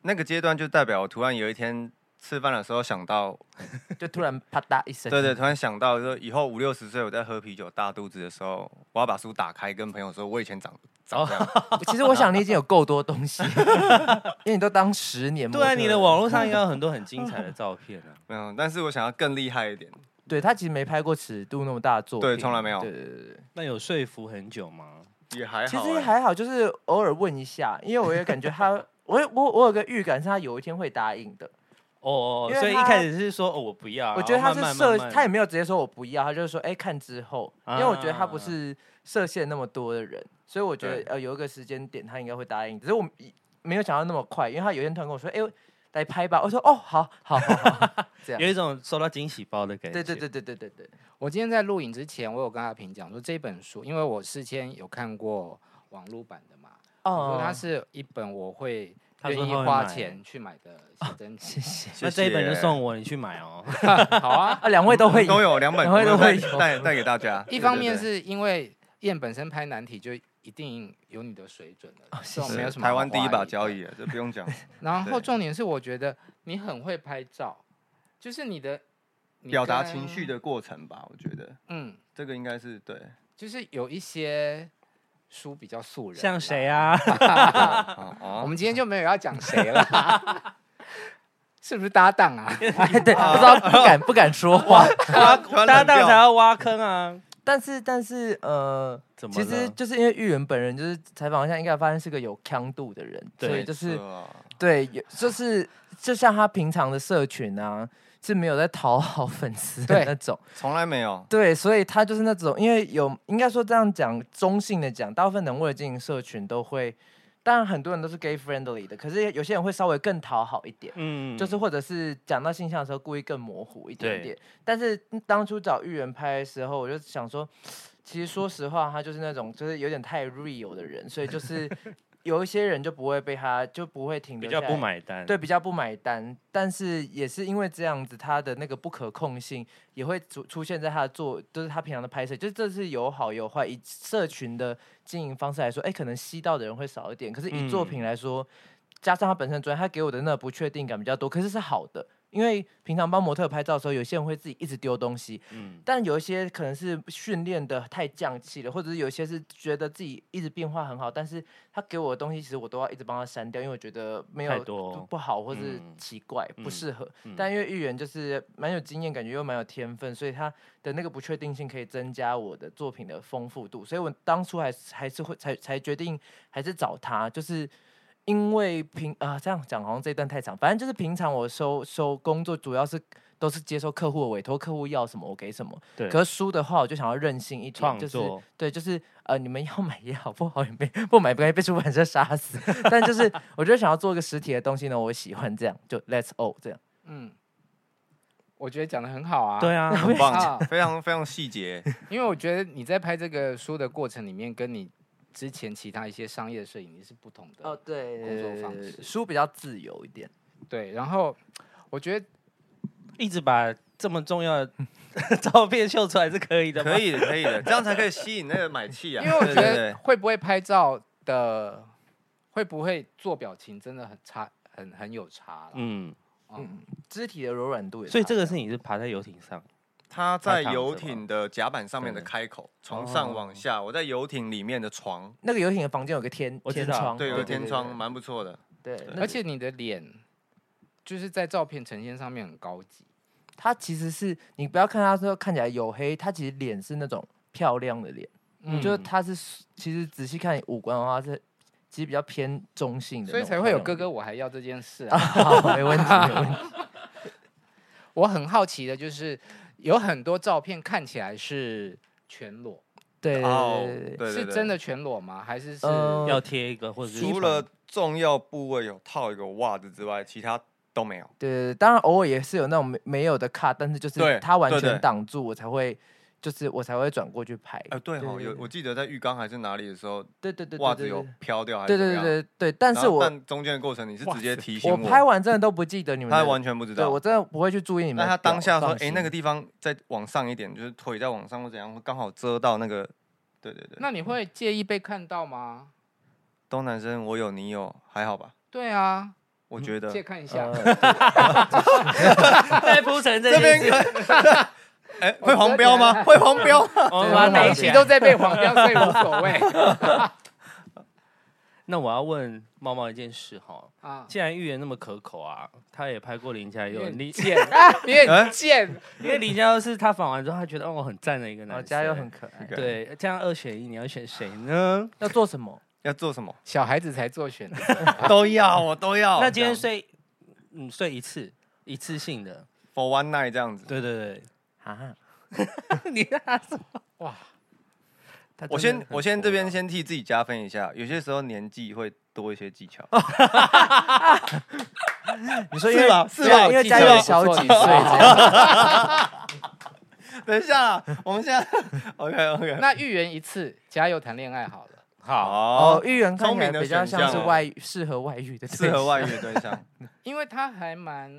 [SPEAKER 3] 那个阶段就代表我突然有一天吃饭的时候想到，
[SPEAKER 6] 就突然啪嗒一声。
[SPEAKER 3] 对对，
[SPEAKER 2] 嗯
[SPEAKER 3] 突然想到说以后五六十岁我在喝啤酒大肚子的时候，我要把书打开跟朋友说我以前长长这
[SPEAKER 2] 哦
[SPEAKER 3] 样。
[SPEAKER 6] 其实我想你已经有够多东西，因为你都当十年模
[SPEAKER 5] 对
[SPEAKER 6] 特了。
[SPEAKER 5] 啊，你的网络上应该有很多很精彩的照片啊。
[SPEAKER 3] 没有，但是我想要更厉害一点。
[SPEAKER 6] 对他其实没拍过尺度那么大的作品，
[SPEAKER 3] 对从来没有
[SPEAKER 6] 对对对对
[SPEAKER 5] 那有说服很久吗？
[SPEAKER 3] 也还
[SPEAKER 6] 其
[SPEAKER 3] 好、
[SPEAKER 6] 实
[SPEAKER 3] 欸，
[SPEAKER 6] 还好，就是偶尔问一下，因为我也感觉他， 我有我我有个预感是他有一天会答应的。
[SPEAKER 5] 哦哦
[SPEAKER 6] 因为
[SPEAKER 5] 哦，所以一
[SPEAKER 6] 他
[SPEAKER 5] 开始是说哦我不要，
[SPEAKER 6] 我觉得他是
[SPEAKER 5] 然后慢慢
[SPEAKER 6] 设，
[SPEAKER 5] 慢慢
[SPEAKER 6] 他也没有直接说我不要，他就是说哎、看之后，因为我觉得他不
[SPEAKER 5] 啊
[SPEAKER 6] 是设限那么多的人，所以我觉
[SPEAKER 3] 对
[SPEAKER 6] 得呃有一个时间点他应该会答应，只是我没有想到那么快，因为他有一天突然跟我说哎、来拍吧，我说哦好 好好好，好这
[SPEAKER 5] 有
[SPEAKER 6] 样。
[SPEAKER 5] 一种收到惊喜包的感觉。
[SPEAKER 6] 对对对对对对对，
[SPEAKER 2] 我今天在录影之前，我有跟阿平讲说这本书，因为我事先有看过网络版的嘛，我
[SPEAKER 6] 哦
[SPEAKER 2] 说它是一本我会
[SPEAKER 5] 他说
[SPEAKER 2] 愿意
[SPEAKER 5] 他会
[SPEAKER 2] 花
[SPEAKER 5] 买
[SPEAKER 2] 钱去买的写真集。
[SPEAKER 6] 谢谢
[SPEAKER 3] 谢
[SPEAKER 5] 那这一本就
[SPEAKER 3] 谢
[SPEAKER 5] 送我，你去买 哦。
[SPEAKER 2] 好啊，
[SPEAKER 6] 啊，两位都会赢
[SPEAKER 3] 都有两本，
[SPEAKER 6] 两位都
[SPEAKER 3] 我带
[SPEAKER 6] 会有
[SPEAKER 3] 带带给大家。
[SPEAKER 2] 一方
[SPEAKER 3] 对
[SPEAKER 2] 面。
[SPEAKER 3] 对对
[SPEAKER 2] 是因为燕本身拍难题就一定有你的水准的，这种
[SPEAKER 3] 是
[SPEAKER 2] 没有什么
[SPEAKER 3] 台湾第一把交
[SPEAKER 2] 交易。
[SPEAKER 3] 椅了，这不用讲，
[SPEAKER 2] 然后
[SPEAKER 3] 对
[SPEAKER 2] 重点是，我觉得你很会拍照，就是你的 你
[SPEAKER 3] 表达
[SPEAKER 2] 跟
[SPEAKER 3] 情绪，的过程吧，我觉得
[SPEAKER 2] 嗯，
[SPEAKER 3] 这个应该是 对。
[SPEAKER 2] 就是有一些书比较素人，
[SPEAKER 5] 像谁？啊？
[SPEAKER 3] 哦
[SPEAKER 2] 我
[SPEAKER 3] 哦，
[SPEAKER 2] 们今天就没有要讲谁了， 是不是搭档啊？
[SPEAKER 6] 哎，对，不知 道不敢不敢说话。
[SPEAKER 5] 搭档才要挖坑啊？
[SPEAKER 6] 但是但是呃，
[SPEAKER 5] 怎么
[SPEAKER 6] 其
[SPEAKER 5] 了？
[SPEAKER 6] 实就是因为玉元本人就是采访一下，应该发现是个有腔度的人，所
[SPEAKER 5] 对啊
[SPEAKER 6] 以
[SPEAKER 5] 没
[SPEAKER 6] 就是对，有就是就像他平常的社群啊，是没有在讨好粉丝的
[SPEAKER 2] 对
[SPEAKER 6] 那种。
[SPEAKER 3] 从来没 有。
[SPEAKER 6] 对，所以他就是那种，因为有应该说这样讲，中性的讲，大部分人为了经营社群都会，当然很多人都是 gay friendly 的，可是有些人会稍微更讨好一点。
[SPEAKER 5] 嗯
[SPEAKER 6] 就是或者是讲到性向的时候故意更模糊一点
[SPEAKER 5] 对
[SPEAKER 6] 点。但是当初找玉人拍的时候，我就想说，其实说实话，他就是那种就是有点太 real 的人，所以就是 有一些人就不会被他就不会停留
[SPEAKER 5] 比较
[SPEAKER 6] 下
[SPEAKER 5] 不
[SPEAKER 6] 来。
[SPEAKER 5] 买单。
[SPEAKER 6] 对，比较不买单，但是也是因为这样子，他的那个不可控性也会出出现在他的做，就是他平常的拍摄，就是这是有好有坏。以社群的经营方式来说，哎，可能吸到的人会少一点，可是以作品来说，加上他本身的专业，他给我的那个不确定感比较多，可是是好的。因为平常帮模特拍照的时候，有些人会自己一直丢东西，
[SPEAKER 5] 嗯，
[SPEAKER 6] 但有一些可能是训练的太降气了，或者是有一些是觉得自己一直变化很好，但是他给我的东西，其实我都要一直帮他删掉，因为我觉得没有
[SPEAKER 5] 太多
[SPEAKER 6] 就不好或是
[SPEAKER 5] 嗯
[SPEAKER 6] 奇怪、不
[SPEAKER 5] 嗯
[SPEAKER 6] 适合。
[SPEAKER 5] 嗯
[SPEAKER 6] 但因为预言就是蛮有经验，感觉又蛮有天分，所以他的那个不确定性可以增加我的作品的丰富度，所以我当初还是还是会才才决定还是找他，就是因为平啊、这样讲好像这一段太长，反正就是平常我收收工作主要是都是接收客户的委托，客户要什么我给什么。
[SPEAKER 5] 对
[SPEAKER 6] 可是书的话，我就想要任性一点，
[SPEAKER 5] 创
[SPEAKER 6] 就是
[SPEAKER 5] 作
[SPEAKER 6] 对，就是呃，你们要买也好，不好也被 不买不该被出版社杀死。 但就是我就想要做一个实体的东西呢，我喜欢这样，就 Let's all 这样。
[SPEAKER 2] 嗯，我觉得讲的很好啊。
[SPEAKER 5] 对啊，
[SPEAKER 3] 很棒
[SPEAKER 2] 啊，
[SPEAKER 3] 非常非常细 节。
[SPEAKER 2] 因为我觉得你在拍这个书的过程里面，跟你之前其他一些商业摄影是不同的。
[SPEAKER 6] 哦，对，
[SPEAKER 2] 工作方式
[SPEAKER 6] 书比较自由一点。
[SPEAKER 2] 对，然后我 觉得
[SPEAKER 5] 一直把这么重要的 照片秀出来是可以的吗？
[SPEAKER 3] 可以的，可以的，这样才可以吸引那个买气啊！
[SPEAKER 2] 因为我
[SPEAKER 3] 对
[SPEAKER 2] 觉
[SPEAKER 3] 对
[SPEAKER 2] 得会不会拍照的，会不会做表情，真的很差，很很有差了。嗯
[SPEAKER 5] 嗯，
[SPEAKER 6] 嗯，肢体的柔软度也差不多。
[SPEAKER 5] 所以这个是你是爬在游艇上，
[SPEAKER 3] 他在
[SPEAKER 5] 躺着
[SPEAKER 3] 游
[SPEAKER 5] 吧
[SPEAKER 3] 艇的甲板上面的
[SPEAKER 5] 对
[SPEAKER 3] 开口，从
[SPEAKER 5] 哦
[SPEAKER 3] 上往下，我在游艇里面的床，
[SPEAKER 6] 那个游艇的房间有个天
[SPEAKER 5] 我知
[SPEAKER 6] 天
[SPEAKER 5] 道
[SPEAKER 6] 窗，
[SPEAKER 3] 对，有个
[SPEAKER 5] 对
[SPEAKER 3] 天窗，蛮不错的。
[SPEAKER 6] 对，
[SPEAKER 3] 对
[SPEAKER 6] 那
[SPEAKER 2] 而且你的脸就是在照片呈现上面很高级，
[SPEAKER 6] 他其实是你不要看他说看起来黝黑，他其实脸是那种漂亮的脸，
[SPEAKER 2] 嗯
[SPEAKER 6] 就是他是其实仔细看五官的话是其实比较偏中性的那
[SPEAKER 2] 所以
[SPEAKER 6] 种
[SPEAKER 2] 才
[SPEAKER 6] 漂亮
[SPEAKER 2] 会
[SPEAKER 6] 的
[SPEAKER 2] 有
[SPEAKER 6] 脸，
[SPEAKER 2] 哥哥我还要这件事 啊。
[SPEAKER 6] 好，没问题，没问题。
[SPEAKER 2] 我很好奇的就是，有很多照片看起来是全裸，
[SPEAKER 6] 对对
[SPEAKER 3] 哦，
[SPEAKER 6] 对对对
[SPEAKER 3] 对对，嗯
[SPEAKER 2] 是真的全裸吗？还是是、
[SPEAKER 6] 呃
[SPEAKER 5] 要贴一个或者是
[SPEAKER 3] 除了重要部位有套一个袜子之外，其他都没有。
[SPEAKER 6] 对对，当然偶尔也是有那种没没有的卡，但是就
[SPEAKER 3] 对
[SPEAKER 6] 是他完
[SPEAKER 3] 对对
[SPEAKER 6] 全挡住，我才会就是我才会转过去拍。
[SPEAKER 3] 哎，对
[SPEAKER 6] 对
[SPEAKER 3] 哈，
[SPEAKER 6] 对
[SPEAKER 3] 有
[SPEAKER 6] 对
[SPEAKER 3] 我记得在浴缸还是哪里的时候，
[SPEAKER 6] 对对对，对
[SPEAKER 3] 袜
[SPEAKER 6] 对
[SPEAKER 3] 子有
[SPEAKER 6] 对
[SPEAKER 3] 飘掉还
[SPEAKER 6] 对
[SPEAKER 3] 是怎
[SPEAKER 6] 对
[SPEAKER 3] 么
[SPEAKER 6] 对
[SPEAKER 3] 样？
[SPEAKER 6] 对对，但
[SPEAKER 3] 然
[SPEAKER 6] 是
[SPEAKER 3] 后
[SPEAKER 6] 我
[SPEAKER 3] 但中间的过程你是直接提醒
[SPEAKER 6] 我拍完真的都不记得你们的，
[SPEAKER 3] 他完全不知
[SPEAKER 6] 对
[SPEAKER 3] 道
[SPEAKER 6] 我。真的不会去注意你们
[SPEAKER 3] 但
[SPEAKER 6] 的表。
[SPEAKER 3] 他当下说
[SPEAKER 6] 放：“
[SPEAKER 3] 哎，
[SPEAKER 6] 心
[SPEAKER 3] 那个地方再往上一点，就是腿再往上或怎样，会刚好遮到那个。”对对对，
[SPEAKER 2] 那你会介意被看到吗？
[SPEAKER 3] 东南生我有你有，还好吧？
[SPEAKER 2] 对啊，
[SPEAKER 3] 我觉得
[SPEAKER 2] 借看一下。
[SPEAKER 6] 呃
[SPEAKER 5] 在铺陈这
[SPEAKER 3] 这边
[SPEAKER 5] 件事，
[SPEAKER 3] 可以，哎，会黄标吗？会黄标 吗？
[SPEAKER 5] 我们
[SPEAKER 6] 对
[SPEAKER 5] 把它
[SPEAKER 6] 我们
[SPEAKER 5] 拿
[SPEAKER 2] 每一
[SPEAKER 5] 起
[SPEAKER 2] 集
[SPEAKER 5] 来
[SPEAKER 2] 都在被黄标，所以无所谓
[SPEAKER 5] 那我要问猫猫一件事哈，
[SPEAKER 2] 啊。
[SPEAKER 5] 既然预言那么可口啊，他也拍过林家
[SPEAKER 2] 你
[SPEAKER 5] 佑，
[SPEAKER 2] 很
[SPEAKER 5] 林
[SPEAKER 2] 贱，你很贱，
[SPEAKER 5] 因为林家佑是他访完之后，他觉得哦我很赞的一个男
[SPEAKER 6] 然后
[SPEAKER 5] 生，
[SPEAKER 6] 家又很可爱，
[SPEAKER 5] 对，这样二选一，你要选谁 呢？
[SPEAKER 6] 要做什么？
[SPEAKER 3] 要做什么？
[SPEAKER 2] 小孩子才做选择。
[SPEAKER 3] 都要，我都要。
[SPEAKER 5] 那今天
[SPEAKER 3] 这样
[SPEAKER 5] 睡，嗯，睡一次，一次性的，
[SPEAKER 3] for one night 这样子。
[SPEAKER 5] 对对
[SPEAKER 6] 啊，
[SPEAKER 5] 对，你他说
[SPEAKER 2] 哇，
[SPEAKER 5] 他真的
[SPEAKER 3] 我先
[SPEAKER 5] 很
[SPEAKER 3] 我先这边
[SPEAKER 5] 火啊，
[SPEAKER 3] 先替自己加分一下，有些时候年纪会多一些技 巧，
[SPEAKER 6] 你说因
[SPEAKER 3] 是
[SPEAKER 6] 为
[SPEAKER 3] 吧？是
[SPEAKER 6] 对啊
[SPEAKER 3] 吧？
[SPEAKER 6] 因为
[SPEAKER 3] 技
[SPEAKER 6] 家
[SPEAKER 3] 巧
[SPEAKER 6] 佑
[SPEAKER 2] 有
[SPEAKER 6] 小
[SPEAKER 2] 不错
[SPEAKER 6] 几岁，这样
[SPEAKER 3] 等一下啦，我们现 在 OK OK 。
[SPEAKER 2] 那预言一次，加油谈恋爱好了。
[SPEAKER 5] 好，
[SPEAKER 6] 哦
[SPEAKER 3] 好，，
[SPEAKER 6] 玉圆看
[SPEAKER 3] 聪
[SPEAKER 6] 起
[SPEAKER 3] 明
[SPEAKER 6] 来
[SPEAKER 3] 的
[SPEAKER 6] 比较
[SPEAKER 3] 选
[SPEAKER 6] 像是
[SPEAKER 3] 项哦
[SPEAKER 6] 外遇适合外遇的，
[SPEAKER 3] 适合外遇。的对 象。
[SPEAKER 2] 因为他还蛮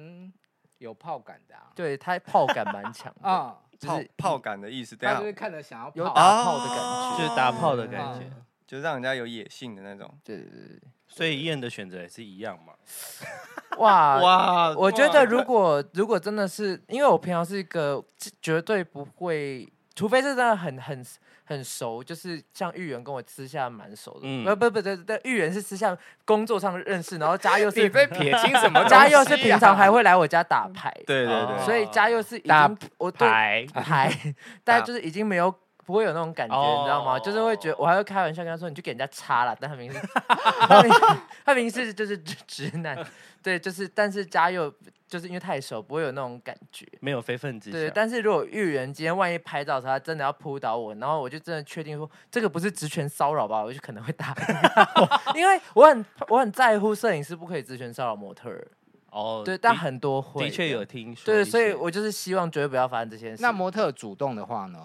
[SPEAKER 2] 有炮感的 啊。
[SPEAKER 6] 对他炮感蛮强 的，
[SPEAKER 2] 啊，
[SPEAKER 6] 就
[SPEAKER 3] 炮
[SPEAKER 6] 是
[SPEAKER 3] 炮感的意思，等一
[SPEAKER 2] 他
[SPEAKER 3] 下
[SPEAKER 2] 就
[SPEAKER 3] 啊
[SPEAKER 2] 是看着想要
[SPEAKER 6] 有
[SPEAKER 2] 炮啊
[SPEAKER 6] 打炮的感觉。
[SPEAKER 5] 就是打炮的感觉，
[SPEAKER 6] 哦
[SPEAKER 3] 就是让人家有野性的那种。
[SPEAKER 6] 对对对对，
[SPEAKER 5] 所以燕的选择也是一样嘛。
[SPEAKER 6] 哇
[SPEAKER 3] 哇
[SPEAKER 6] 我觉得如果如果真的是，因为我平常是一个绝绝对不会，除非是真的很很很熟，就是像玉圆跟我私下蛮熟的，
[SPEAKER 5] 嗯
[SPEAKER 6] 不不不对对，玉圆是私下工作上认识，然后嘉佑
[SPEAKER 2] 你
[SPEAKER 6] 是
[SPEAKER 2] 在撇清 什么东西啊？
[SPEAKER 6] 嘉佑是平常还会来我家打牌，
[SPEAKER 3] 对对
[SPEAKER 5] 哦
[SPEAKER 3] 对，
[SPEAKER 6] 所以嘉佑是已
[SPEAKER 2] 打
[SPEAKER 6] 经我对
[SPEAKER 5] 牌，
[SPEAKER 6] 牌，但就是已经没有。不会有那种感觉，你知道吗？就是会
[SPEAKER 5] 哦
[SPEAKER 6] 觉得，我还会开玩笑跟他说，你去给人家插了，但他明明是， 他明他明明是就是直直男，对，就是，但是嘉佑就是因为太熟，不会有那种感觉。
[SPEAKER 5] 没有非分之
[SPEAKER 6] 对，
[SPEAKER 5] 想。
[SPEAKER 6] 但是如果玉人今天万一拍照的时候，他真的要扑倒我，然后我就真的确定说这个不是职权骚扰吧，我就可能会打， 因为我很我很在乎摄影师不可以职权骚扰模特儿，
[SPEAKER 5] 哦
[SPEAKER 6] 对，
[SPEAKER 5] 的
[SPEAKER 6] 但很多会
[SPEAKER 5] 的确有听说一
[SPEAKER 6] 对，
[SPEAKER 5] 些，
[SPEAKER 6] 所以我就是希望绝对不要发生这些事。
[SPEAKER 2] 那模特主动的话呢？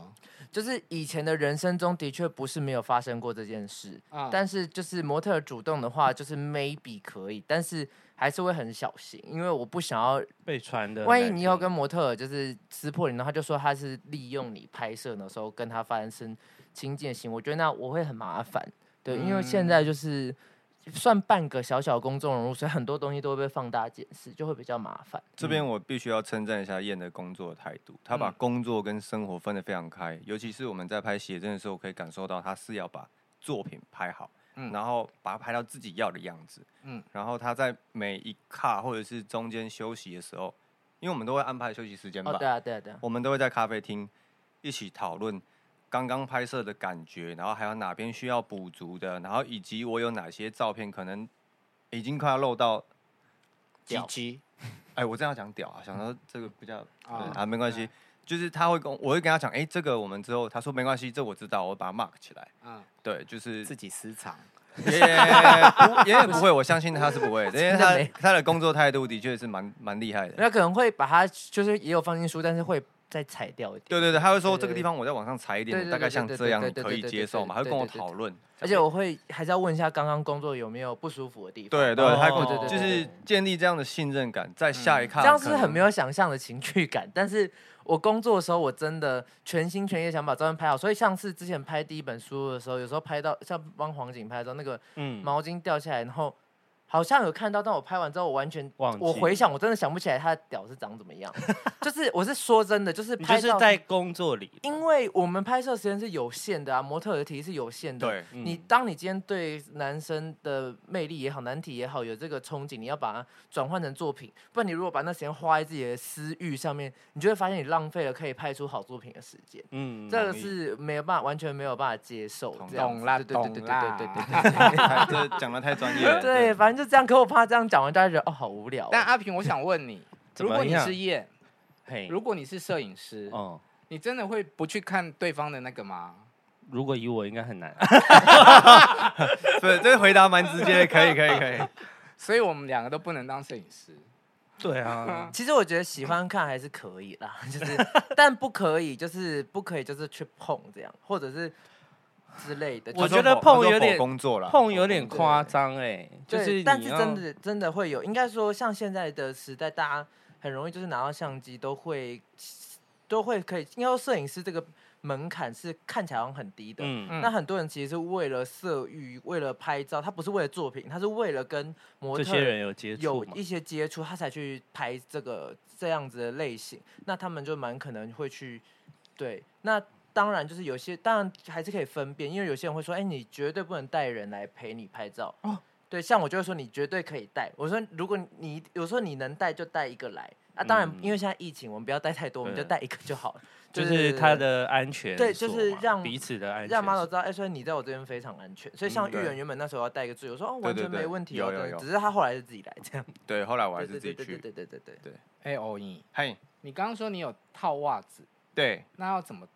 [SPEAKER 6] 就是以前的人生中的确不是没有发生过这件事，
[SPEAKER 2] 啊，
[SPEAKER 6] 但是就是模特儿主动的话，就是 maybe 可以，但是还是会很小心，因为我不想要呃
[SPEAKER 5] 被传的很难
[SPEAKER 6] 万
[SPEAKER 5] 听，
[SPEAKER 6] 一你以后跟模特儿就是撕破脸，然后他就说他是利用你拍摄的时候跟他发生亲近的行为，我觉得那我会很麻烦。对，因为现在就是嗯算半个小小公众人物，所以很多东西都会被放大解释，就会比较麻烦。
[SPEAKER 3] 这边我必须要称赞一下燕的工作态度，她
[SPEAKER 6] 嗯
[SPEAKER 3] 把工作跟生活分得非常开，尤其是我们在拍写真的时候，可以感受到她是要把作品拍好，
[SPEAKER 2] 嗯
[SPEAKER 3] 然后把它拍到自己要的样子，
[SPEAKER 2] 嗯
[SPEAKER 3] 然后她在每一卡或者是中间休息的时候，因为我们都会安排休息时间吧，
[SPEAKER 6] 哦，对啊，对啊，对啊，
[SPEAKER 3] 我们都会在咖啡厅一起讨论刚刚拍摄的感觉，然后还有哪边需要补足的，然后以及我有哪些照片可能已经快要漏到
[SPEAKER 2] 鸡
[SPEAKER 6] 屌
[SPEAKER 2] 鸡
[SPEAKER 3] 哎，我这样讲屌啊，想到这个比较
[SPEAKER 2] 啊
[SPEAKER 3] 对啊，没关系。就是他会跟我我会跟他讲，哎、这个我们之后，他说没关系，这我知道，我把它 mark 起来。
[SPEAKER 2] 嗯，
[SPEAKER 3] 对，就是
[SPEAKER 2] 自己私藏。
[SPEAKER 3] 也不也不会，我相信他 是不会的，因
[SPEAKER 6] 真的
[SPEAKER 3] 为他
[SPEAKER 6] 没
[SPEAKER 3] 他的工作态度的确是蛮蛮厉害的。
[SPEAKER 6] 那可能会把它就是也有放进书，但是会再裁掉一点。
[SPEAKER 3] 对对对，他会说
[SPEAKER 6] 对对
[SPEAKER 3] 这个地方我再往上裁一
[SPEAKER 6] 对
[SPEAKER 3] 点，
[SPEAKER 6] 对
[SPEAKER 3] 大概
[SPEAKER 6] 对
[SPEAKER 3] 像
[SPEAKER 6] 对
[SPEAKER 3] 这
[SPEAKER 6] 对
[SPEAKER 3] 样，
[SPEAKER 6] 对
[SPEAKER 3] 你
[SPEAKER 6] 对
[SPEAKER 3] 可以
[SPEAKER 6] 对
[SPEAKER 3] 接
[SPEAKER 6] 对
[SPEAKER 3] 受嘛？他会
[SPEAKER 6] 对
[SPEAKER 3] 跟我
[SPEAKER 6] 对对哦
[SPEAKER 3] 讨论，
[SPEAKER 6] 而且我会还是要问一下刚刚工作有没有不舒服的地方。
[SPEAKER 3] 对对，
[SPEAKER 6] 哦
[SPEAKER 3] 他
[SPEAKER 6] 对对对
[SPEAKER 3] 就是建立这样的信任感，在下一
[SPEAKER 2] 嗯
[SPEAKER 3] 看
[SPEAKER 6] 这样是很没
[SPEAKER 3] 有
[SPEAKER 6] 有想象的情趣感，但是我工作的时候，我真的全心全意地想把照片拍好。所以上次之前拍第一本书的时候，有时候拍到像帮黄景拍的时候，那个
[SPEAKER 3] 嗯
[SPEAKER 6] 毛巾掉下来，然后好像有看到，但我拍完之后，我完全
[SPEAKER 5] 忘记
[SPEAKER 6] 我回想，我真的想不起来他的屌是长怎么样。 就是我是说真的，就是
[SPEAKER 5] 你就
[SPEAKER 6] 拍
[SPEAKER 5] 是
[SPEAKER 6] 到，
[SPEAKER 5] 在工作里，
[SPEAKER 6] 因为我们拍摄时间是有限的啊，模特儿的体力是有限的，
[SPEAKER 3] 对，嗯
[SPEAKER 6] 你当你今天对男生的魅力也好、难题也好有这个憧憬，你要把它转换成作品，不然你如果把那时间花在自己的私欲上面，你就会发现你浪费了可以拍出好作品的时间。
[SPEAKER 3] 嗯
[SPEAKER 6] 这个是没有办法，完全没有办法接受
[SPEAKER 3] 同，
[SPEAKER 6] 这样
[SPEAKER 2] 懂
[SPEAKER 6] 子
[SPEAKER 2] 啦
[SPEAKER 6] 对对对
[SPEAKER 2] 懂
[SPEAKER 6] 对
[SPEAKER 2] 啦
[SPEAKER 6] 对对对对
[SPEAKER 3] 太这讲的太专业了，
[SPEAKER 6] 对， 对，反正就这样。可我怕这样讲完，大家觉得哦好无聊哦。
[SPEAKER 3] 啊
[SPEAKER 2] 但阿平，我想问你，
[SPEAKER 5] 怎
[SPEAKER 2] 如
[SPEAKER 5] 么
[SPEAKER 2] 果你
[SPEAKER 5] 样
[SPEAKER 2] 是燕，
[SPEAKER 5] 嘿，
[SPEAKER 2] 如果你是摄影师，
[SPEAKER 3] 哦
[SPEAKER 5] 嗯，
[SPEAKER 2] 你真的会不去看对方的那个吗？
[SPEAKER 5] 如果以我应该很难，
[SPEAKER 3] 对，这个回答蛮直接的，可以可 以可以，
[SPEAKER 2] 所以我们两个都不能当摄影师。
[SPEAKER 5] 对 啊，
[SPEAKER 6] 其实我觉得喜欢看还是可以啦， 就是但不可以就是不可以就是去碰这样，或者是之类的。
[SPEAKER 5] 我
[SPEAKER 3] 他
[SPEAKER 6] 就
[SPEAKER 3] 说
[SPEAKER 5] 觉得
[SPEAKER 3] 否
[SPEAKER 5] 碰
[SPEAKER 3] 他说
[SPEAKER 5] 有
[SPEAKER 3] 否
[SPEAKER 5] 点
[SPEAKER 3] 工作了，
[SPEAKER 5] 碰有点夸张哎，就
[SPEAKER 6] 对
[SPEAKER 5] 是你
[SPEAKER 6] 但是真
[SPEAKER 5] 要
[SPEAKER 6] 的真的会有，应该说像现在的时代，大家很容易就是拿到相机都会都会可以，因为摄影师这个门槛是看起来好像很低的。
[SPEAKER 5] 嗯，
[SPEAKER 2] 嗯
[SPEAKER 6] 那很多人其实是为了色欲，为了拍照，他不是为了作品，他是为了跟模
[SPEAKER 5] 这
[SPEAKER 6] 特
[SPEAKER 5] 些
[SPEAKER 6] 儿
[SPEAKER 5] 人有接触
[SPEAKER 6] 有
[SPEAKER 5] 嘛
[SPEAKER 6] 一，些接触，他才去拍这个这样子的类型。那他们就蛮可能会去对。那当然就是有些，当然还是可以分辨，因为有些人会说：“哎、你绝对不能带人来陪你拍照。”
[SPEAKER 2] 哦
[SPEAKER 6] 对，像我就会说你绝对可以带。我说如果你有时候你能带就带一个来。啊，当然，
[SPEAKER 5] 嗯
[SPEAKER 6] 因为现在疫情，我们不要带太多，我们就
[SPEAKER 5] 对
[SPEAKER 6] 带一个就好了。
[SPEAKER 5] 就
[SPEAKER 6] 对对
[SPEAKER 5] 是
[SPEAKER 6] 对
[SPEAKER 5] 他
[SPEAKER 6] 对
[SPEAKER 5] 的安全
[SPEAKER 6] 对就
[SPEAKER 5] 锁
[SPEAKER 6] 是
[SPEAKER 5] 嘛
[SPEAKER 6] 让
[SPEAKER 5] 彼此的安全
[SPEAKER 6] 让 model
[SPEAKER 5] 锁，
[SPEAKER 6] 知道，哎、所以你在我这边非常安全。所以像玉
[SPEAKER 3] 嗯对
[SPEAKER 6] 媛原本那时候要带一个助理，我说哦，完
[SPEAKER 3] 对
[SPEAKER 6] 全
[SPEAKER 3] 对
[SPEAKER 6] 没问题
[SPEAKER 3] 有
[SPEAKER 6] 哦，
[SPEAKER 3] 有
[SPEAKER 6] 对
[SPEAKER 3] 有
[SPEAKER 6] 只是他后来是自己来这样。
[SPEAKER 3] 对，后来我还
[SPEAKER 6] 对
[SPEAKER 3] 是
[SPEAKER 6] 对
[SPEAKER 3] 自
[SPEAKER 6] 对
[SPEAKER 3] 己
[SPEAKER 6] 对对
[SPEAKER 3] 去，
[SPEAKER 6] 对对对对。
[SPEAKER 2] 哎，欧尼，
[SPEAKER 3] 嘿，
[SPEAKER 2] 你刚刚说你有套袜子，
[SPEAKER 3] 对，
[SPEAKER 2] 那要怎么？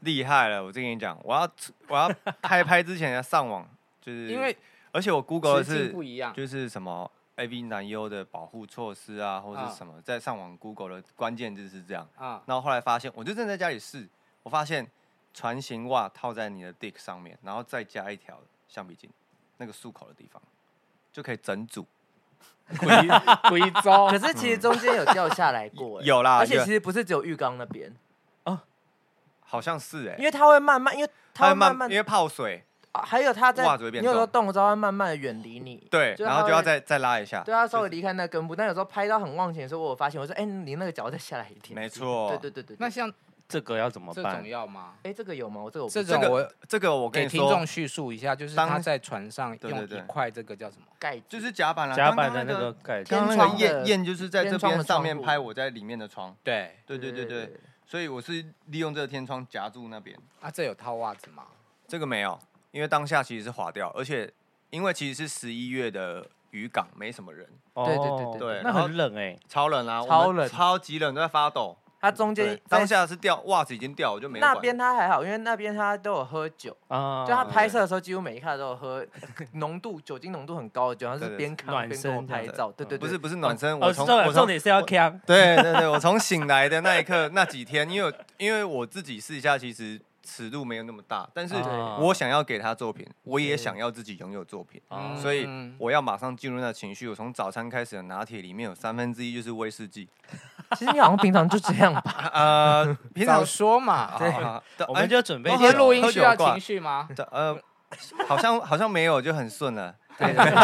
[SPEAKER 3] 厉害了，我再跟你讲，我要我要开拍之前要上网，就是
[SPEAKER 2] 因为
[SPEAKER 3] 而且我 Google 的
[SPEAKER 2] 直径
[SPEAKER 3] 是
[SPEAKER 2] 不一样，
[SPEAKER 3] 就是什么 AV 男优的保护措施啊，或者
[SPEAKER 2] 啊
[SPEAKER 3] 是什么，在上网 Google 的关键字是这样。
[SPEAKER 2] 啊，
[SPEAKER 3] 然后后来发现，我就正在家里试，我发现船型袜套在你的 dick 上面，然后再加一条橡皮筋，那个束口的地方就可以整组。
[SPEAKER 2] 回州
[SPEAKER 6] 可是其实中间有掉下来过、哎
[SPEAKER 3] 哦嗯有啦，
[SPEAKER 6] 而且
[SPEAKER 3] 有
[SPEAKER 6] 其实不是只有浴缸那边，
[SPEAKER 3] 好像是哎、
[SPEAKER 6] 因为它会慢慢，因为它会
[SPEAKER 3] 会
[SPEAKER 6] 慢慢
[SPEAKER 3] 因，为泡水，
[SPEAKER 6] 啊还有它在
[SPEAKER 3] 袜子会变
[SPEAKER 6] 你有时候
[SPEAKER 3] 重
[SPEAKER 6] 动的时候，它慢慢的远离你。
[SPEAKER 3] 对，啊
[SPEAKER 6] 就是
[SPEAKER 3] 然
[SPEAKER 6] 它
[SPEAKER 3] 后就要
[SPEAKER 6] 会
[SPEAKER 3] 再再拉一下。
[SPEAKER 6] 对它稍微离开那根部，但有时候拍到很往前的时候，我有发现我说，哎、你那个脚再下来一点。
[SPEAKER 3] 没错
[SPEAKER 6] 对对对对。
[SPEAKER 2] 那
[SPEAKER 6] 哎、
[SPEAKER 2] 像
[SPEAKER 5] 这个要怎么
[SPEAKER 2] 这
[SPEAKER 5] 办
[SPEAKER 2] 种？要吗？
[SPEAKER 6] 这个有吗？我这个我不
[SPEAKER 2] 这
[SPEAKER 6] 知
[SPEAKER 2] 种
[SPEAKER 3] 个
[SPEAKER 2] 我
[SPEAKER 3] 这个我跟
[SPEAKER 2] 给
[SPEAKER 3] 你
[SPEAKER 2] 听
[SPEAKER 3] 说
[SPEAKER 2] 众，叙述一下，就是
[SPEAKER 3] 当
[SPEAKER 2] 他在船上
[SPEAKER 3] 对对
[SPEAKER 2] 用
[SPEAKER 3] 对
[SPEAKER 2] 一块这个叫什么？
[SPEAKER 6] 盖子
[SPEAKER 3] 就是甲板啦，
[SPEAKER 5] 甲
[SPEAKER 3] 刚刚
[SPEAKER 5] 板的那
[SPEAKER 3] 那
[SPEAKER 5] 个。盖子，
[SPEAKER 3] 刚
[SPEAKER 6] 天
[SPEAKER 3] 刚那个
[SPEAKER 6] 窗的
[SPEAKER 3] 燕燕就是在
[SPEAKER 6] 天
[SPEAKER 3] 这
[SPEAKER 6] 窗的
[SPEAKER 3] 边上
[SPEAKER 6] 窗
[SPEAKER 3] 面
[SPEAKER 6] 户
[SPEAKER 3] 拍我在里面的窗，
[SPEAKER 2] 对
[SPEAKER 3] 对对对对，所以我是利用这个天窗夹住那边。
[SPEAKER 2] 啊，这有套袜子吗？
[SPEAKER 3] 这个没有，因为当下其实是划掉，而且因为其实是十一月的渔港，没什么人，
[SPEAKER 6] 对对
[SPEAKER 5] 哦
[SPEAKER 6] 对
[SPEAKER 3] 对
[SPEAKER 5] 那
[SPEAKER 3] 然后
[SPEAKER 5] 很冷哎，
[SPEAKER 3] 超冷啊，我们
[SPEAKER 6] 超冷
[SPEAKER 3] 超级冷，都在发抖。
[SPEAKER 6] 它中
[SPEAKER 3] 对
[SPEAKER 6] 间，
[SPEAKER 3] 当下是掉袜子已经掉，我就没有
[SPEAKER 6] 那
[SPEAKER 3] 管
[SPEAKER 6] 边它还好，因为那边它都有喝酒，
[SPEAKER 5] 啊，
[SPEAKER 6] 就他拍摄的时候，几乎每一卡都有喝 浓度酒精浓度很高的酒，他
[SPEAKER 3] 对
[SPEAKER 6] 是
[SPEAKER 3] 对
[SPEAKER 6] 边看
[SPEAKER 5] 暖
[SPEAKER 6] 边跟我
[SPEAKER 5] 身这样
[SPEAKER 6] 拍
[SPEAKER 5] 子
[SPEAKER 6] 照。对
[SPEAKER 5] 嗯
[SPEAKER 6] 对对，
[SPEAKER 3] 不是不是暖身，
[SPEAKER 5] 哦，
[SPEAKER 3] 我从
[SPEAKER 5] 重
[SPEAKER 3] 我
[SPEAKER 5] 点重
[SPEAKER 3] 从
[SPEAKER 5] 点是要呛，
[SPEAKER 3] 对对对，我从醒来的那一刻那几天，因为我因为我自己试一下，其实尺度没有那么大，但是
[SPEAKER 5] 啊
[SPEAKER 3] 我想要给他作品，我也想要自己拥有作品。
[SPEAKER 5] 哦
[SPEAKER 3] 所以
[SPEAKER 2] 嗯
[SPEAKER 3] 我要马上进入那情绪。我从早餐开始的拿铁里面有三分之一就是威士忌。
[SPEAKER 6] 其实你好像平常就这样吧。
[SPEAKER 3] 呃，平常
[SPEAKER 2] 早 说嘛，
[SPEAKER 3] 好好好
[SPEAKER 5] 我们就准备
[SPEAKER 2] 今
[SPEAKER 3] 喝
[SPEAKER 2] 天
[SPEAKER 5] 酒
[SPEAKER 2] 录音
[SPEAKER 3] 喝
[SPEAKER 2] 需
[SPEAKER 3] 酒
[SPEAKER 2] 要
[SPEAKER 3] 挂
[SPEAKER 2] 情绪吗？
[SPEAKER 3] 的呃，好像好像没有，就很顺了。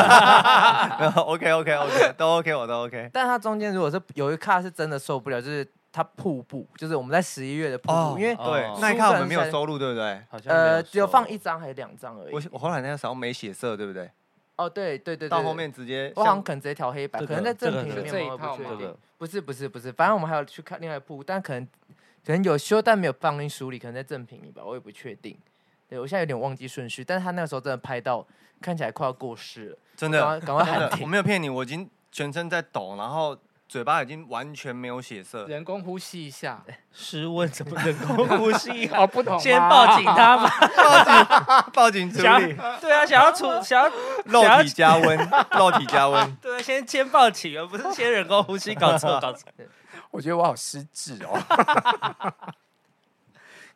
[SPEAKER 3] 对，OK OK OK，都 OK，我都 OK。
[SPEAKER 6] 但他中间如果是有一卡是真的受不了，就是他瀑布，就是我们在十一月的瀑布，因为
[SPEAKER 5] 哦
[SPEAKER 3] 对，那一
[SPEAKER 6] 苏
[SPEAKER 3] 看我
[SPEAKER 6] 珊
[SPEAKER 3] 们没有
[SPEAKER 6] 珊
[SPEAKER 3] 收入，对不对？
[SPEAKER 5] 好像没
[SPEAKER 6] 呃只有
[SPEAKER 5] 收
[SPEAKER 6] 放一张还是两张而
[SPEAKER 3] 我
[SPEAKER 6] 已。
[SPEAKER 3] 我后来那个时候没血色，对不对？
[SPEAKER 6] 哦，对对对，对
[SPEAKER 3] 到后面直接
[SPEAKER 6] 我好像
[SPEAKER 3] 像
[SPEAKER 6] 可能直接调黑白，
[SPEAKER 5] 这
[SPEAKER 6] 可
[SPEAKER 5] 个
[SPEAKER 6] 能在正
[SPEAKER 5] 这
[SPEAKER 6] 品
[SPEAKER 5] 个
[SPEAKER 6] 里
[SPEAKER 2] 这
[SPEAKER 6] 面
[SPEAKER 2] 一
[SPEAKER 6] 我
[SPEAKER 2] 套
[SPEAKER 6] 不确
[SPEAKER 2] 吗
[SPEAKER 5] 这
[SPEAKER 6] 定
[SPEAKER 5] 个。
[SPEAKER 6] 不是不是不是，反正我们还有去看另外一部，但可能可能有修，但没有放进书里，可能在正品里吧，我也不确定。对我现在有点忘记顺序，但是他那个时候真的拍到看起来快要过世了，
[SPEAKER 3] 真
[SPEAKER 6] 赶快
[SPEAKER 3] 的
[SPEAKER 6] 赶快
[SPEAKER 3] 真
[SPEAKER 6] 喊
[SPEAKER 3] 的，我
[SPEAKER 6] 停。
[SPEAKER 3] 没有骗你，我已经全身在抖，然后嘴巴已经完全没有血色，
[SPEAKER 2] 人工呼吸一下，
[SPEAKER 5] 湿温怎么人工呼吸啊？
[SPEAKER 2] 哦，不同吗，
[SPEAKER 5] 先报警他吧，
[SPEAKER 3] 报警处
[SPEAKER 5] 想
[SPEAKER 3] 理，
[SPEAKER 5] 对啊，想要处想要
[SPEAKER 3] 肉
[SPEAKER 5] 想要
[SPEAKER 3] 体加温，肉体加温。
[SPEAKER 5] 对啊，先先报警，而不是先人工呼吸，搞错搞错。
[SPEAKER 4] 我觉得我好失智哦。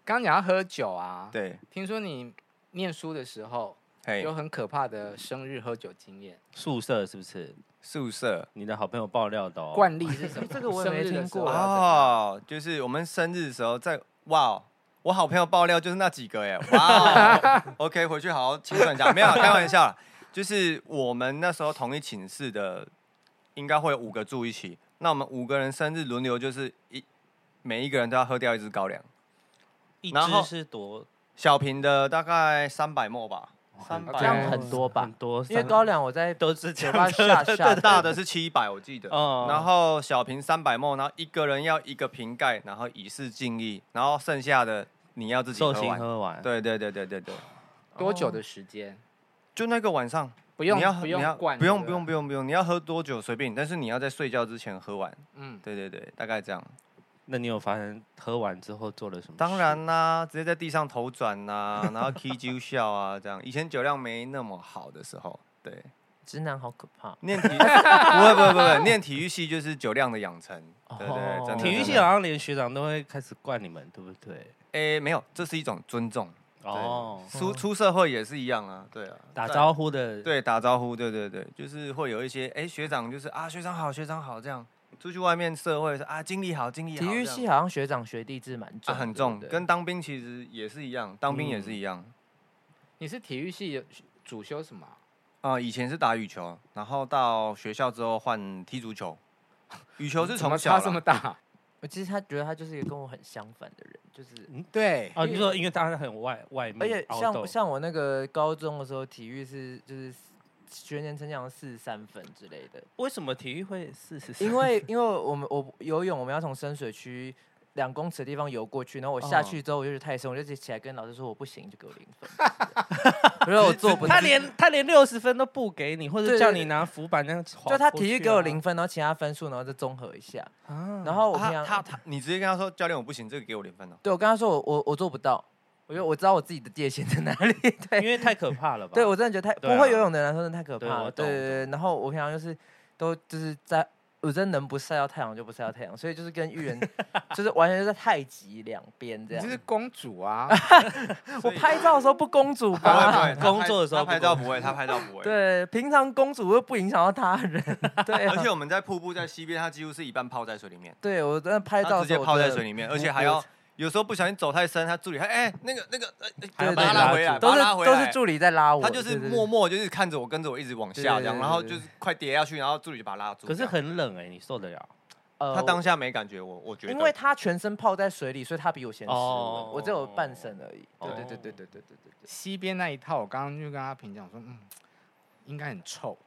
[SPEAKER 2] 刚刚讲到喝酒啊，，
[SPEAKER 3] 对，
[SPEAKER 2] 听说你念书的时候
[SPEAKER 3] 嘿
[SPEAKER 2] 有，很可怕的生日喝酒经验，
[SPEAKER 5] 宿舍是不是
[SPEAKER 3] 宿舍
[SPEAKER 5] 你的好朋友爆料的哦？
[SPEAKER 2] 惯例是什么？
[SPEAKER 6] 这个我也没
[SPEAKER 2] 生日的时
[SPEAKER 6] 听
[SPEAKER 2] 候
[SPEAKER 6] 过啊
[SPEAKER 2] 要
[SPEAKER 3] 哦，就是我们生日的时候在哇哦。我好朋友爆料就是那几个哎，哇、哦，OK，回去好好清算一下。没有开玩笑啦，就是我们那时候同一寝室的，应该会有五个住一起。那我们五个人生日轮流，就是一每一个人都要喝掉一支高粱，
[SPEAKER 5] 一
[SPEAKER 3] 然后
[SPEAKER 5] 支是多
[SPEAKER 3] 小瓶的大概三百沫吧，三
[SPEAKER 2] 这
[SPEAKER 6] 这
[SPEAKER 3] 百
[SPEAKER 6] 样很多吧
[SPEAKER 5] 很？多，
[SPEAKER 6] 因为高粱我在
[SPEAKER 5] 都是
[SPEAKER 6] 酒
[SPEAKER 5] 酒
[SPEAKER 6] 吧
[SPEAKER 5] 吧
[SPEAKER 6] 下下
[SPEAKER 3] 大的是七百我记得，
[SPEAKER 5] 哦
[SPEAKER 3] 然后小瓶三百沫，然后一个人要一个瓶盖，然后以示敬意，然后剩下的你要自己
[SPEAKER 5] 寿
[SPEAKER 3] 喝
[SPEAKER 5] 星
[SPEAKER 3] 完。
[SPEAKER 5] 喝完，
[SPEAKER 3] 对对对对对对，
[SPEAKER 2] 多
[SPEAKER 6] 哦
[SPEAKER 2] 久的时间？
[SPEAKER 3] 就那个晚上，
[SPEAKER 2] 不用
[SPEAKER 3] 你要
[SPEAKER 2] 不
[SPEAKER 3] 你要
[SPEAKER 2] 用灌，
[SPEAKER 3] 不用
[SPEAKER 2] 对
[SPEAKER 3] 不用
[SPEAKER 2] 对，
[SPEAKER 3] 不用不用，你要喝多久随便你，但是你要在睡觉之前喝完。
[SPEAKER 2] 嗯，
[SPEAKER 3] 对对对，大概这样。
[SPEAKER 5] 那你有发现喝完之后做了什么？
[SPEAKER 3] 当然，啦、直接在地上头转呐、然后 K 啾笑啊，这样。以前酒量没那么好的时候，对，
[SPEAKER 6] 直男好可怕。
[SPEAKER 3] 念 体不会不会不会，念体育系就是酒量的养成。对
[SPEAKER 6] 哦
[SPEAKER 3] 对，真的
[SPEAKER 5] 体育
[SPEAKER 3] 真
[SPEAKER 5] 系
[SPEAKER 3] 的
[SPEAKER 5] 好像连学长都会开始惯你们，对不对？
[SPEAKER 3] 诶，没有，这是一种尊重。
[SPEAKER 5] 哦，
[SPEAKER 3] 出出社会也是一样啊，对啊，
[SPEAKER 5] 打
[SPEAKER 3] 在
[SPEAKER 5] 招呼的，
[SPEAKER 3] 对打招呼，对对对，就是会有一些诶，学长就是啊学长好学长好这样，出去外面社会是啊经理好经理好
[SPEAKER 6] 体育
[SPEAKER 3] 这样
[SPEAKER 6] 系好像学长学弟制蛮重
[SPEAKER 3] 啊
[SPEAKER 6] 的，
[SPEAKER 3] 很重，
[SPEAKER 6] 对不对
[SPEAKER 3] 跟当兵其实也是一样，当兵也是一样
[SPEAKER 2] 你是体育系有主修什么啊？
[SPEAKER 3] 啊、以前是打羽球，然后到学校之后换踢足球，羽球是
[SPEAKER 2] 嗯怎
[SPEAKER 3] 从
[SPEAKER 2] 么
[SPEAKER 3] 小
[SPEAKER 2] 差这么
[SPEAKER 3] 啦
[SPEAKER 2] 大？
[SPEAKER 6] 我其实他觉得他就是一个跟我很相反的人，就是
[SPEAKER 2] 对，
[SPEAKER 5] 哦，你说因为当然很外外面，
[SPEAKER 6] 而且
[SPEAKER 5] 凹
[SPEAKER 6] 像
[SPEAKER 5] 豆
[SPEAKER 6] 像我那个高中的时候，体育是就是学年成绩四十三分之类 的，
[SPEAKER 5] 为什么体育会四十？
[SPEAKER 6] 因为因为我们我游泳我们要从深水区。两公尺的地方游过去，然后我下
[SPEAKER 5] 哦
[SPEAKER 6] 去之后我就是太深，我就直接起来跟老师说我不行，就给我零分。 然后我做不到
[SPEAKER 5] 他连 他连六十分都不给你，或
[SPEAKER 6] 对
[SPEAKER 5] 者
[SPEAKER 6] 对
[SPEAKER 5] 叫
[SPEAKER 6] 对
[SPEAKER 5] 你拿浮板那样划过去啊，
[SPEAKER 6] 就他体育给我零分，然后其他分数然后再综合一下。
[SPEAKER 5] 啊，
[SPEAKER 6] 然后我平
[SPEAKER 3] 他
[SPEAKER 6] 常
[SPEAKER 3] 他他，你直接跟他说教练我不行，这个给我零分哦、
[SPEAKER 6] 对我跟他说我我我做不到，我觉得我知道我自己的界限在哪里。对
[SPEAKER 5] 因为太可怕了 吧？
[SPEAKER 6] 对我真的觉得太
[SPEAKER 5] 对啊
[SPEAKER 6] 不会游泳的人来说真的太可
[SPEAKER 3] 啊
[SPEAKER 5] 对
[SPEAKER 6] 怕了。
[SPEAKER 5] 我
[SPEAKER 6] 对
[SPEAKER 5] 懂
[SPEAKER 6] 对对，然后我平常就是都就是在。我真能不晒到太阳就不晒到太阳，所以就是跟玉人就是完全是在太极两边这
[SPEAKER 2] 你
[SPEAKER 6] 样
[SPEAKER 2] 就。是公 主啊，
[SPEAKER 6] 我拍照的时候不公主
[SPEAKER 3] 不会不
[SPEAKER 6] 吧？
[SPEAKER 3] 会，他
[SPEAKER 5] 工
[SPEAKER 3] 拍
[SPEAKER 5] 作的时候
[SPEAKER 3] 他拍
[SPEAKER 5] 不
[SPEAKER 3] 照不会，他拍照不 会。
[SPEAKER 6] 对，啊平常公主又不影响到他人。对
[SPEAKER 3] 而
[SPEAKER 6] 啊
[SPEAKER 3] 且，我们在瀑布在西边，它几乎是一半泡在水里面，
[SPEAKER 6] 对我真的拍
[SPEAKER 3] 它
[SPEAKER 6] 照的时
[SPEAKER 3] 直接
[SPEAKER 6] 候
[SPEAKER 3] 泡
[SPEAKER 6] 我
[SPEAKER 3] 在
[SPEAKER 6] 真的
[SPEAKER 3] 水里面，而且
[SPEAKER 6] 不
[SPEAKER 3] 还
[SPEAKER 6] 我
[SPEAKER 3] 要有时候不小心走太深，它助理还哎、那个那个哎哎
[SPEAKER 6] 对
[SPEAKER 3] 把它
[SPEAKER 5] 对
[SPEAKER 3] 拉
[SPEAKER 5] 对
[SPEAKER 3] 回来，
[SPEAKER 6] 都
[SPEAKER 3] 把它
[SPEAKER 6] 是
[SPEAKER 3] 拉回
[SPEAKER 6] 都
[SPEAKER 3] 来，
[SPEAKER 6] 是助理在拉我，
[SPEAKER 3] 他就是
[SPEAKER 6] 对对对
[SPEAKER 3] 默默就是看着我，跟着我一直往
[SPEAKER 6] 对
[SPEAKER 3] 下
[SPEAKER 6] 对
[SPEAKER 3] 这样，
[SPEAKER 6] 对
[SPEAKER 3] 然后
[SPEAKER 6] 对
[SPEAKER 3] 就是快跌下去，然后助理就把他拉住这
[SPEAKER 5] 可
[SPEAKER 3] 样。
[SPEAKER 5] 是很冷
[SPEAKER 7] 欸
[SPEAKER 5] 哎，你受得了？
[SPEAKER 6] 呃
[SPEAKER 3] 他当下没感觉，我我觉得，
[SPEAKER 6] 因为他全身泡在水里，所以他比我先湿温，
[SPEAKER 5] 哦
[SPEAKER 6] 我只有半身而已。对
[SPEAKER 5] 哦
[SPEAKER 6] 对对对对对对对对。
[SPEAKER 2] 西边那一套，我刚刚就跟他评价我说，嗯，应该很臭。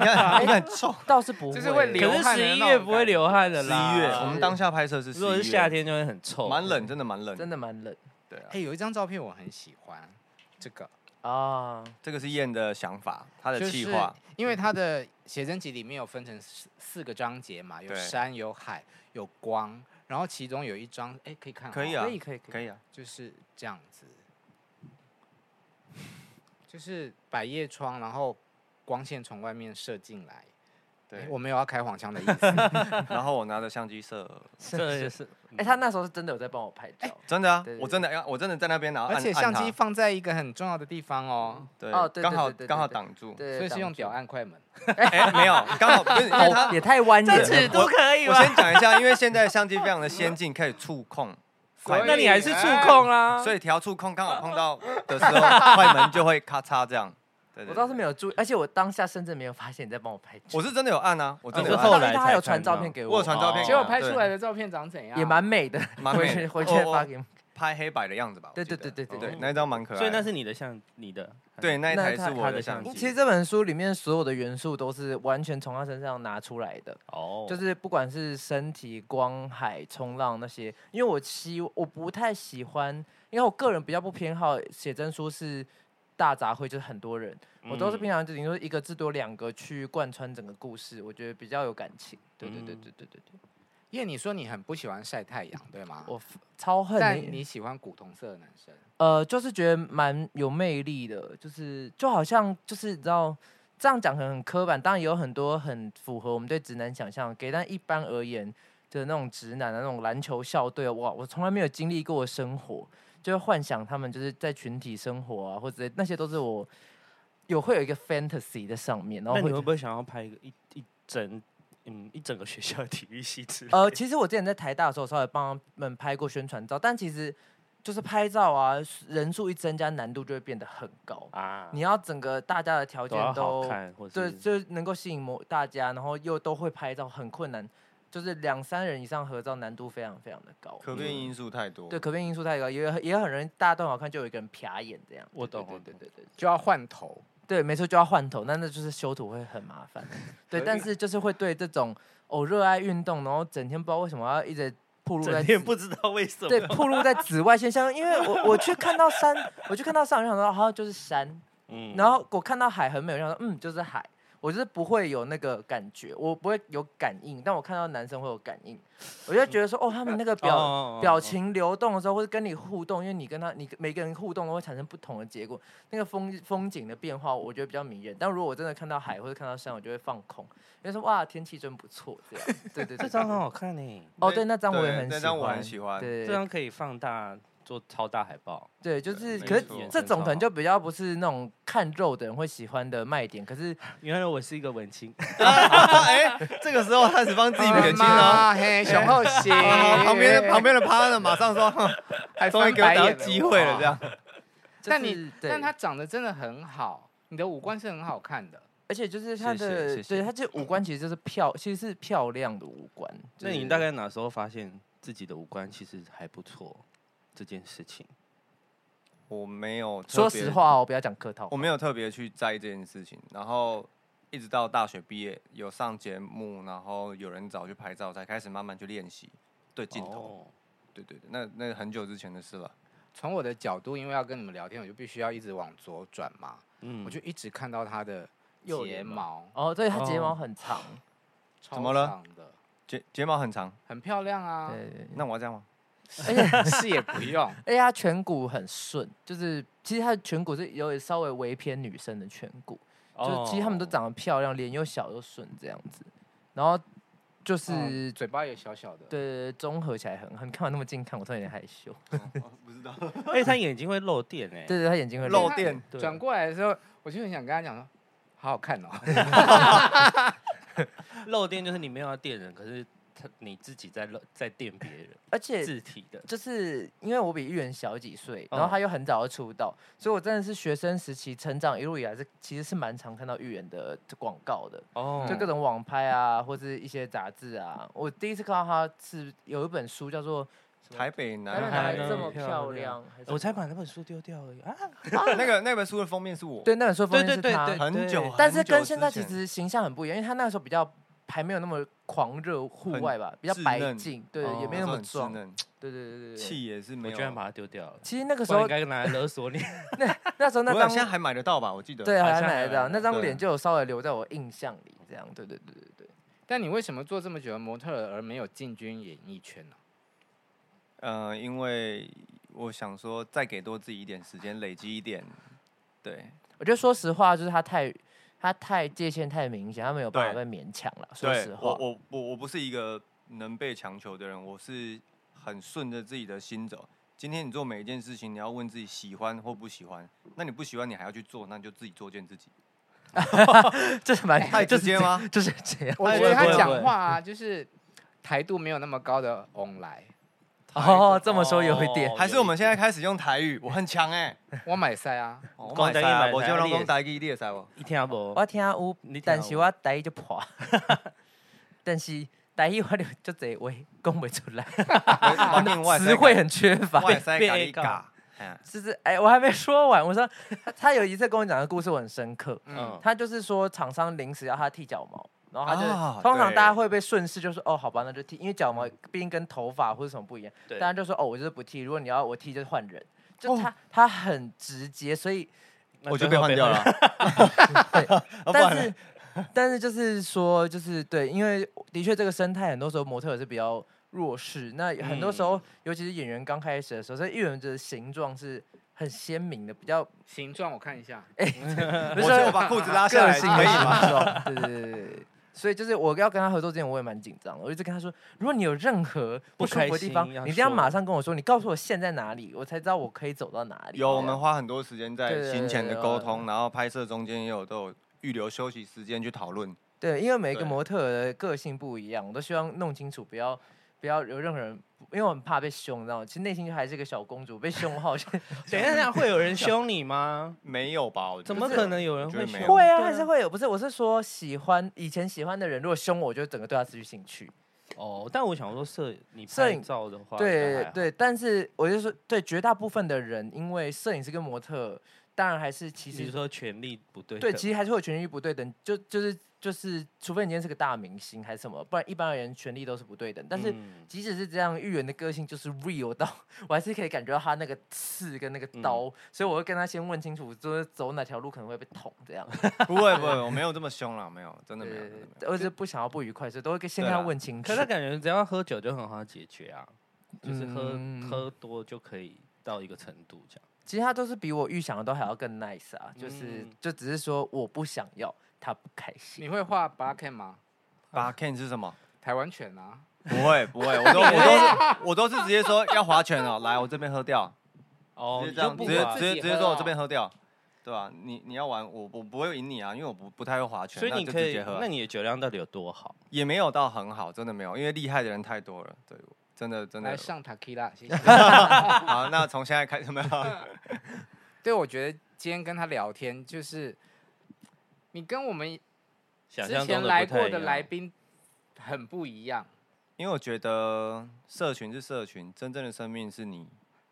[SPEAKER 3] 看你看臭。
[SPEAKER 6] 倒是不会，
[SPEAKER 2] 就是会流
[SPEAKER 5] 可是
[SPEAKER 2] 汗的
[SPEAKER 5] 十一
[SPEAKER 2] 那
[SPEAKER 5] 月
[SPEAKER 2] 种
[SPEAKER 5] 不会
[SPEAKER 2] 感
[SPEAKER 5] 流汗的
[SPEAKER 3] 十
[SPEAKER 5] 啦。
[SPEAKER 3] 一月，我们当下拍摄是
[SPEAKER 5] 如果
[SPEAKER 3] 十
[SPEAKER 5] 是
[SPEAKER 3] 一
[SPEAKER 5] 夏
[SPEAKER 3] 月，
[SPEAKER 5] 天就会很臭，
[SPEAKER 3] 蛮冷，真的蛮冷。
[SPEAKER 6] 真的蛮冷
[SPEAKER 3] 对啊
[SPEAKER 2] 哎、，有一张照片我很喜欢，这个
[SPEAKER 6] 啊。
[SPEAKER 3] 这个是燕的想法，他的
[SPEAKER 2] 就
[SPEAKER 3] 计
[SPEAKER 2] 是
[SPEAKER 3] 划。
[SPEAKER 2] 因为它的写真集里面有分成四四个章节嘛，有
[SPEAKER 3] 对
[SPEAKER 2] 山有海有光，然后其中有一张哎、可以看，
[SPEAKER 3] 可以啊
[SPEAKER 6] 可以可以可以，
[SPEAKER 3] 可以啊，
[SPEAKER 2] 就是这样子，就是百叶窗，然后光线从外面射进来。
[SPEAKER 3] 对
[SPEAKER 2] 诶我没有要开黄腔的意 思，
[SPEAKER 3] 然后我拿着相机射，
[SPEAKER 5] 这也是。
[SPEAKER 6] 哎，他那时候是真的有在帮我拍照。
[SPEAKER 3] 真的啊
[SPEAKER 6] 对对，对
[SPEAKER 3] 我真的要，我真的在那边，然后按
[SPEAKER 2] 而且相机
[SPEAKER 3] 按它
[SPEAKER 2] 放在一个很重要的地方哦，
[SPEAKER 6] 哦
[SPEAKER 3] 对，
[SPEAKER 6] 对对
[SPEAKER 3] 刚好
[SPEAKER 6] 对对对
[SPEAKER 3] 刚好
[SPEAKER 6] 对
[SPEAKER 3] 挡住，
[SPEAKER 6] 对，
[SPEAKER 2] 所以是用
[SPEAKER 6] 表
[SPEAKER 2] 表按快门。
[SPEAKER 3] 哎，没有，刚好不是因为他
[SPEAKER 6] 啊也太弯眼
[SPEAKER 5] 这
[SPEAKER 6] 了，
[SPEAKER 5] 尺度可以
[SPEAKER 3] 我
[SPEAKER 5] 吗？
[SPEAKER 3] 先讲一下，因为现在相机非常的先进，可以触控快门，
[SPEAKER 5] 那你还是触控啊，
[SPEAKER 3] 所以调触控刚好碰到的时候，快门就会咔嚓这样。对
[SPEAKER 6] 我
[SPEAKER 3] 对
[SPEAKER 6] 倒是
[SPEAKER 3] 对，
[SPEAKER 6] 没有注意，而且我当下甚至没有发现你在帮我拍照。
[SPEAKER 3] 我是真的有按啊，我真的
[SPEAKER 5] 你
[SPEAKER 3] 有
[SPEAKER 5] 是
[SPEAKER 3] 按啊，
[SPEAKER 5] 后来
[SPEAKER 6] 他
[SPEAKER 5] 才
[SPEAKER 6] 有传
[SPEAKER 5] 看
[SPEAKER 6] 照
[SPEAKER 5] 到
[SPEAKER 6] 片给
[SPEAKER 3] 我有
[SPEAKER 6] 我，
[SPEAKER 3] 传照片，啊
[SPEAKER 5] 哦
[SPEAKER 2] 结果拍出来
[SPEAKER 3] 对
[SPEAKER 2] 的照片长怎样？
[SPEAKER 6] 也蛮美的，
[SPEAKER 3] 蛮
[SPEAKER 6] 回
[SPEAKER 3] 美
[SPEAKER 6] 去
[SPEAKER 3] 的
[SPEAKER 6] 回去
[SPEAKER 3] 哦哦
[SPEAKER 6] 发给你。
[SPEAKER 3] 拍黑白的样子吧。我
[SPEAKER 6] 对对
[SPEAKER 3] 记得
[SPEAKER 6] 对对 对
[SPEAKER 3] 对
[SPEAKER 5] 哦，
[SPEAKER 3] 那一张蛮可爱的。
[SPEAKER 5] 所以那是你的像你的
[SPEAKER 3] 对那一
[SPEAKER 6] 那
[SPEAKER 3] 台
[SPEAKER 6] 一台
[SPEAKER 3] 是我
[SPEAKER 5] 他
[SPEAKER 3] 的
[SPEAKER 5] 的
[SPEAKER 3] 相
[SPEAKER 5] 相
[SPEAKER 3] 机
[SPEAKER 5] 机，
[SPEAKER 6] 其实这本书里面所有的元素都是完全从他身上拿出来的。
[SPEAKER 5] 哦，
[SPEAKER 6] 就是不管是身体、光海、冲浪那些，因为我希我不太喜欢，因为我个人比较不偏好写真书是大杂烩，就是很多人。我都是
[SPEAKER 7] 嗯
[SPEAKER 6] 平常就顶多一个至多两个去贯穿整个故事，我觉得比较有感情。对对对对对对对，
[SPEAKER 2] 因为你说你很不喜欢晒太阳，对吗？
[SPEAKER 6] 我 f- 超恨
[SPEAKER 2] 但
[SPEAKER 6] 那
[SPEAKER 2] 你喜欢古铜色的男生，
[SPEAKER 6] 呃，就是觉得蛮有魅力的，就是就好像就是你知道，这样讲可能很刻板，当然也有很多很符合我们对直男想象的给，但一般而言，就是那种直男的那种篮球校队，啊哇，我从来没有经历过的生活，就会幻想他们就是在群体生活啊，或者那些都是我有会有一个 fantasy 在上面，然后
[SPEAKER 7] 那
[SPEAKER 6] 会
[SPEAKER 7] 你会不会想要拍一个一一整嗯一整个学校的体育系之类的？
[SPEAKER 6] 呃，其实我之前在台大的时候，稍微帮他们拍过宣传照，但其实就是拍照啊，人数一增加，难度就会变得很高。
[SPEAKER 7] 啊，
[SPEAKER 6] 你要整个大家的条
[SPEAKER 7] 都
[SPEAKER 6] 件
[SPEAKER 7] 要好
[SPEAKER 6] 都
[SPEAKER 7] 看，或者
[SPEAKER 6] 对，
[SPEAKER 7] 是
[SPEAKER 6] 就是能够吸引某大家，然后又都会拍照，很困难。就是两三人以上合照难度非常非常的高，
[SPEAKER 3] 可变因素太多。
[SPEAKER 6] 对，可变因素太高，也很也很容易大家都很好看，就有一个人瞟眼这样。
[SPEAKER 5] 我
[SPEAKER 6] 对
[SPEAKER 5] 懂我
[SPEAKER 6] 对对对对
[SPEAKER 2] 就要 换头。
[SPEAKER 6] 对，没错，就要换头，那那就是修图会很麻 烦。对，但
[SPEAKER 7] 啊
[SPEAKER 6] 是就是会对这种哦热爱运动，然后整天不知道为什么要一直暴露在
[SPEAKER 7] 整
[SPEAKER 6] 自
[SPEAKER 7] 天不知道为什么。
[SPEAKER 6] 对，暴露在紫外线下，因为我我去看到山，我去看到山，我就想说，好、像就是山。
[SPEAKER 7] 嗯
[SPEAKER 6] 然后我看到海很美，我就想说，嗯，就是海。我就是不会有那个感觉，我不会有感应，但我看到男生会有感应，我就觉得说，哦，他们那个表、
[SPEAKER 7] 哦
[SPEAKER 6] 表情流动的时候，或者跟你互动，因为你跟他，你每个人互动都会产生不同的结果。那个风风景的变化，我觉得比较迷人。但如果我真的看到海或者看到山，我就会放空，因为说哇，天气真不错，这样。对 对对
[SPEAKER 7] 这
[SPEAKER 6] 对
[SPEAKER 7] 张很好看呢，
[SPEAKER 6] 哦，对，那张我也
[SPEAKER 3] 对
[SPEAKER 6] 很喜欢，
[SPEAKER 3] 那张我很喜欢
[SPEAKER 6] 对，
[SPEAKER 7] 这张可以放大做超大海报。
[SPEAKER 6] 对，就是，
[SPEAKER 3] 没
[SPEAKER 6] 可是
[SPEAKER 3] 错
[SPEAKER 6] 这种可能
[SPEAKER 7] 眼神
[SPEAKER 6] 就比较不是那种看肉的人会喜欢的卖点。可是，
[SPEAKER 7] 原来我是一个文青，
[SPEAKER 3] 哎，这个时候开始帮自己撇清了。
[SPEAKER 2] 妈嘿，雄厚型，
[SPEAKER 3] 啊旁边旁边的趴着，马上说，哼
[SPEAKER 2] 还
[SPEAKER 3] 终于
[SPEAKER 2] 翻
[SPEAKER 3] 给我
[SPEAKER 2] 白
[SPEAKER 3] 找到
[SPEAKER 2] 眼
[SPEAKER 3] 机会了，这。样。
[SPEAKER 6] 就
[SPEAKER 2] 但
[SPEAKER 6] 是
[SPEAKER 2] 你
[SPEAKER 6] 对
[SPEAKER 2] 但他长得真的很好，你的五官是很好看的。
[SPEAKER 6] 而且就是他
[SPEAKER 7] 谢谢
[SPEAKER 6] 的，
[SPEAKER 7] 谢
[SPEAKER 6] 对
[SPEAKER 7] 谢
[SPEAKER 6] 他这五官其实就是漂，其实是漂亮的五官。就
[SPEAKER 7] 那你
[SPEAKER 6] 是
[SPEAKER 7] 大概哪时候发现自己的五官其实还不错这件事情？
[SPEAKER 3] 我没有，
[SPEAKER 6] 说实，话哦，不要讲客套话，
[SPEAKER 3] 我没有特别去在意这件事情。然后一直到大学毕业，有上节目，然后有人找我去拍照，才开始慢慢去练习对镜头。
[SPEAKER 7] 哦，
[SPEAKER 3] 对对对，那那很久之前的事了。
[SPEAKER 2] 从我的角度，因为要跟你们聊天，我就必须要一直往左转嘛，
[SPEAKER 7] 嗯
[SPEAKER 2] 我就一直看到他的
[SPEAKER 6] 右
[SPEAKER 2] 睫
[SPEAKER 6] 脸吗
[SPEAKER 2] 毛
[SPEAKER 6] 哦，对他睫毛
[SPEAKER 7] 哦
[SPEAKER 6] 很长，
[SPEAKER 2] 超
[SPEAKER 3] 怎么了
[SPEAKER 2] 长的，
[SPEAKER 3] 睫睫毛很长，
[SPEAKER 2] 很漂亮啊。
[SPEAKER 6] 对对，
[SPEAKER 3] 那我要这样吗？
[SPEAKER 6] 而且
[SPEAKER 2] 是也不用，
[SPEAKER 6] 而且他颧骨很顺，就是其实他的颧骨是有点稍微微偏女生的颧骨。就是其实他们都
[SPEAKER 5] 哦
[SPEAKER 6] 长得漂亮，脸又小又顺这样子，然后就是、
[SPEAKER 7] 哦
[SPEAKER 2] 嗯嘴巴也小小的。
[SPEAKER 6] 哦对综合起来很很，你干嘛那么近看？我突然有点害羞。
[SPEAKER 3] 不知道。
[SPEAKER 7] 哦，哎，他眼睛会漏电哎，
[SPEAKER 6] 对对，他眼睛会
[SPEAKER 3] 漏
[SPEAKER 6] 亮
[SPEAKER 3] 电
[SPEAKER 6] 对
[SPEAKER 2] 转过来的时候，我就很想跟他讲说，好好看哦。
[SPEAKER 7] 漏电就是你没有要电人，可是他你自己在漏在电别人，
[SPEAKER 6] 而且
[SPEAKER 7] 字体的。
[SPEAKER 6] 就是因为我比玉人小几岁，然后
[SPEAKER 7] 嗯
[SPEAKER 3] 哦
[SPEAKER 6] 他又很早就出道，所以我真的是学生时期成长一路以来是其实是蛮常看到玉人的广告的，
[SPEAKER 3] 嗯
[SPEAKER 7] 哦
[SPEAKER 6] 就各种网拍啊，或是一些杂志啊。我第一次看到他是有一本书叫做《
[SPEAKER 3] 台北
[SPEAKER 6] 男
[SPEAKER 3] 男
[SPEAKER 6] 人
[SPEAKER 7] 台
[SPEAKER 6] 哪
[SPEAKER 3] 孩
[SPEAKER 7] 北男，
[SPEAKER 6] 来这么
[SPEAKER 7] 漂
[SPEAKER 6] 漂亮
[SPEAKER 7] 亮》
[SPEAKER 6] 还是，
[SPEAKER 7] 我才把那本书丢掉而已啊！
[SPEAKER 3] 那个那本书的封面是我，
[SPEAKER 6] 对那本书
[SPEAKER 7] 对
[SPEAKER 6] 封面
[SPEAKER 7] 对
[SPEAKER 6] 是
[SPEAKER 7] 对
[SPEAKER 6] 他
[SPEAKER 7] 对，
[SPEAKER 3] 很久
[SPEAKER 7] 对
[SPEAKER 6] 但是
[SPEAKER 3] 很久
[SPEAKER 6] 跟现
[SPEAKER 3] 之
[SPEAKER 6] 在其
[SPEAKER 3] 前
[SPEAKER 6] 实形象很不一样，因为他那个时候比较还没有那么狂热户
[SPEAKER 3] 很
[SPEAKER 6] 外吧，比较
[SPEAKER 3] 稚
[SPEAKER 6] 白
[SPEAKER 3] 嫩
[SPEAKER 6] 净，对，
[SPEAKER 7] 哦
[SPEAKER 6] 也没那么
[SPEAKER 3] 很稚
[SPEAKER 6] 壮，
[SPEAKER 3] 嫩
[SPEAKER 6] 对对对对对。
[SPEAKER 3] 气也是没
[SPEAKER 7] 我
[SPEAKER 3] 有。
[SPEAKER 7] 居然把它丢掉了，
[SPEAKER 6] 其实那个时
[SPEAKER 7] 不然
[SPEAKER 6] 候
[SPEAKER 7] 应，该拿来勒索你。
[SPEAKER 6] 那时候那
[SPEAKER 3] 我想现在
[SPEAKER 6] 张
[SPEAKER 3] 还买得到吧？我记得。
[SPEAKER 6] 对
[SPEAKER 7] 好
[SPEAKER 6] 还
[SPEAKER 7] 像
[SPEAKER 6] 买
[SPEAKER 7] 还
[SPEAKER 6] 得到
[SPEAKER 7] 买
[SPEAKER 6] 那
[SPEAKER 7] 得
[SPEAKER 6] 张
[SPEAKER 3] 到
[SPEAKER 6] 脸，就有稍微留在我印象里，这样，对对对对对。
[SPEAKER 2] 但你为什么做这么久的模特儿而没有进军演艺 圈
[SPEAKER 3] 哎
[SPEAKER 2] 呢、
[SPEAKER 3] 呃，因为我想说，再给多自己一点时间，累积一点。对，
[SPEAKER 6] 我觉得说实话，就是他太他太界限太明显，他没有办法
[SPEAKER 3] 对
[SPEAKER 6] 被勉强了。说
[SPEAKER 3] 对
[SPEAKER 6] 实话
[SPEAKER 3] 我， 我我我不是一个能被强求的人，我是很顺着自己的心走。今天你做每一件事情，你要问自己喜欢或不喜欢。那你不喜欢，你还要去做，那你就自己作践自己。
[SPEAKER 6] 这是蛮
[SPEAKER 3] 太直接吗？
[SPEAKER 6] 就是这样。
[SPEAKER 2] 我
[SPEAKER 3] 哎
[SPEAKER 2] 觉得
[SPEAKER 3] 不会
[SPEAKER 2] 他
[SPEAKER 3] 不会
[SPEAKER 2] 讲话啊，就是台度没有那么高的 on 来，
[SPEAKER 6] 哦，这么说有一点
[SPEAKER 7] 哦
[SPEAKER 3] 还是我们现在开始用台语？我很强 哎、
[SPEAKER 2] 我买塞啊，
[SPEAKER 3] 哦
[SPEAKER 7] 讲
[SPEAKER 3] 我买
[SPEAKER 7] 台语
[SPEAKER 3] 赛啊，
[SPEAKER 7] 买
[SPEAKER 3] 我就
[SPEAKER 7] 赛
[SPEAKER 3] 让
[SPEAKER 7] 你也
[SPEAKER 3] 讲台语，你也 赛不？
[SPEAKER 7] 一听不
[SPEAKER 6] 我听有
[SPEAKER 7] 你，
[SPEAKER 6] 但
[SPEAKER 7] 听
[SPEAKER 6] 是
[SPEAKER 7] 有
[SPEAKER 6] 我台语就破，但是台语我就就这话讲不出来，
[SPEAKER 3] 我念外
[SPEAKER 6] 词汇很缺乏。
[SPEAKER 3] 外塞 咖喱
[SPEAKER 7] 变
[SPEAKER 3] 嘎
[SPEAKER 7] 嘎，
[SPEAKER 3] 哎
[SPEAKER 6] 就是哎、我还没说完，我说他他有一次跟我讲的故事我很深 刻，
[SPEAKER 2] 嗯，
[SPEAKER 6] 他就是说厂商临时要他剃脚毛。然后他就、
[SPEAKER 3] 啊
[SPEAKER 6] 通常
[SPEAKER 3] 对
[SPEAKER 6] 大家会被顺势就说哦，好吧，那就剃，因为脚毛毕竟跟头发或者什么不一样，
[SPEAKER 7] 对
[SPEAKER 3] 哦
[SPEAKER 6] 大家就说哦，我就是不剃，如果你要我剃就换人，就他、他很直接，所以
[SPEAKER 3] 我就被换掉了啊。啊不然
[SPEAKER 6] 但
[SPEAKER 3] 嘞
[SPEAKER 6] 是 但是就是说，就是对，因为的确这个生态很多时候模特儿是比较弱势，那很多时候、
[SPEAKER 3] 嗯
[SPEAKER 6] 尤其是演员刚开始的时候，这艺人的形状是很鲜明的，比较
[SPEAKER 2] 形状我看一下，
[SPEAKER 3] 我说我把裤子拉下来哎
[SPEAKER 6] 个性
[SPEAKER 3] 可以吗？
[SPEAKER 6] 吗？对对对对对。所以就是我要跟他合作之前，我也蛮紧张的。我一直跟他说，如果你有任何不舒服的地方，
[SPEAKER 5] 不开心要
[SPEAKER 6] 你一定要
[SPEAKER 5] 说
[SPEAKER 6] 马上跟我说，你告诉我线在哪里，我才知道我可以走到哪里。
[SPEAKER 3] 有，我们花很多时间在
[SPEAKER 6] 对对
[SPEAKER 3] 行前的沟
[SPEAKER 6] 对
[SPEAKER 3] 通，然后拍摄中间也有都有预留休息时间去讨论。
[SPEAKER 6] 对，因为每一个
[SPEAKER 3] 对
[SPEAKER 6] 模特儿的个性不一样，我都希望弄清楚，不要不要有任何人，因为我很怕被凶，你知道吗？其实内心还是个小公主，被凶 好像
[SPEAKER 5] 等一下，等一下会有人凶你吗？
[SPEAKER 3] 没有吧？我觉
[SPEAKER 5] 怎
[SPEAKER 3] 得
[SPEAKER 5] 么可能有人
[SPEAKER 3] 我觉
[SPEAKER 5] 会
[SPEAKER 3] 得没
[SPEAKER 5] 凶？
[SPEAKER 3] 有
[SPEAKER 6] 会啊，还是会有。不是，我是说喜欢以前喜欢的人，如果凶我，我就整个对他失去兴趣。
[SPEAKER 5] 哦，但我想说摄你
[SPEAKER 6] 摄
[SPEAKER 5] 拍
[SPEAKER 6] 影
[SPEAKER 5] 照的话，
[SPEAKER 6] 对，对，但是我就说，对绝大部分的人，因为摄影师跟模特，当然还是其
[SPEAKER 5] 你是
[SPEAKER 6] 实
[SPEAKER 5] 说权力不嗯对
[SPEAKER 6] 对，
[SPEAKER 5] 等？
[SPEAKER 6] 其实还是会有权力不对等，就就是就是，除非你今天是个大明星还是什么，不然一般而言权力都是不对等。但是
[SPEAKER 5] 嗯
[SPEAKER 6] 即使是这样，芋圆的个性就是 real 到， 我还是可以感觉到他那个刺跟那个刀，所以我会跟他先问清楚，就是走哪条路可能会被捅这样。
[SPEAKER 3] 不会不会，我没有这么凶啦，没有，真的没有。真的没有
[SPEAKER 6] 我只是不想要不愉快，所以都会先
[SPEAKER 3] 对
[SPEAKER 6] 跟他
[SPEAKER 3] 啦
[SPEAKER 6] 问清楚
[SPEAKER 5] 可。是感觉只要喝酒就很好解决啊，就是喝、
[SPEAKER 6] 嗯
[SPEAKER 5] 喝多就可以到一个程度这样。
[SPEAKER 6] 其实他都是比我预想的都还要更 nice 啊，就是、
[SPEAKER 5] 嗯
[SPEAKER 6] 就只是说我不想要，他不开心。
[SPEAKER 2] 你会画 b 看吗？
[SPEAKER 3] 八 Ken 是什么？
[SPEAKER 2] 台湾犬啊，
[SPEAKER 3] 不会不会，我都我都是我都是直接说要划拳哦，来我这边喝掉，
[SPEAKER 5] 哦
[SPEAKER 3] 直接这样，直接直接直接
[SPEAKER 2] 喝
[SPEAKER 3] 说我
[SPEAKER 2] 哦
[SPEAKER 3] 这边喝掉，对吧？你你要玩我我不会赢你啊，因为我不不太会划拳，
[SPEAKER 5] 所以
[SPEAKER 3] 那
[SPEAKER 5] 你
[SPEAKER 3] 就
[SPEAKER 5] 可
[SPEAKER 3] 直
[SPEAKER 5] 以
[SPEAKER 3] 接喝，啊
[SPEAKER 5] 那。你的酒量到底有多好？
[SPEAKER 3] 也没有到很好，真的没有，因为厉害的人太多了，对，真的真
[SPEAKER 2] 来
[SPEAKER 3] 的。
[SPEAKER 2] 上 Takila，谢谢。
[SPEAKER 3] 好，那从现在开始没有，
[SPEAKER 2] 对，我觉得今天跟他聊天，就是你跟我们
[SPEAKER 5] 想
[SPEAKER 2] 之
[SPEAKER 5] 象中
[SPEAKER 2] 前
[SPEAKER 5] 的
[SPEAKER 2] 来
[SPEAKER 5] 不太
[SPEAKER 2] 过
[SPEAKER 5] 一
[SPEAKER 2] 的
[SPEAKER 5] 样
[SPEAKER 2] 来宾很不一 样。
[SPEAKER 3] 因为我觉得社群是社群，真正的生命是你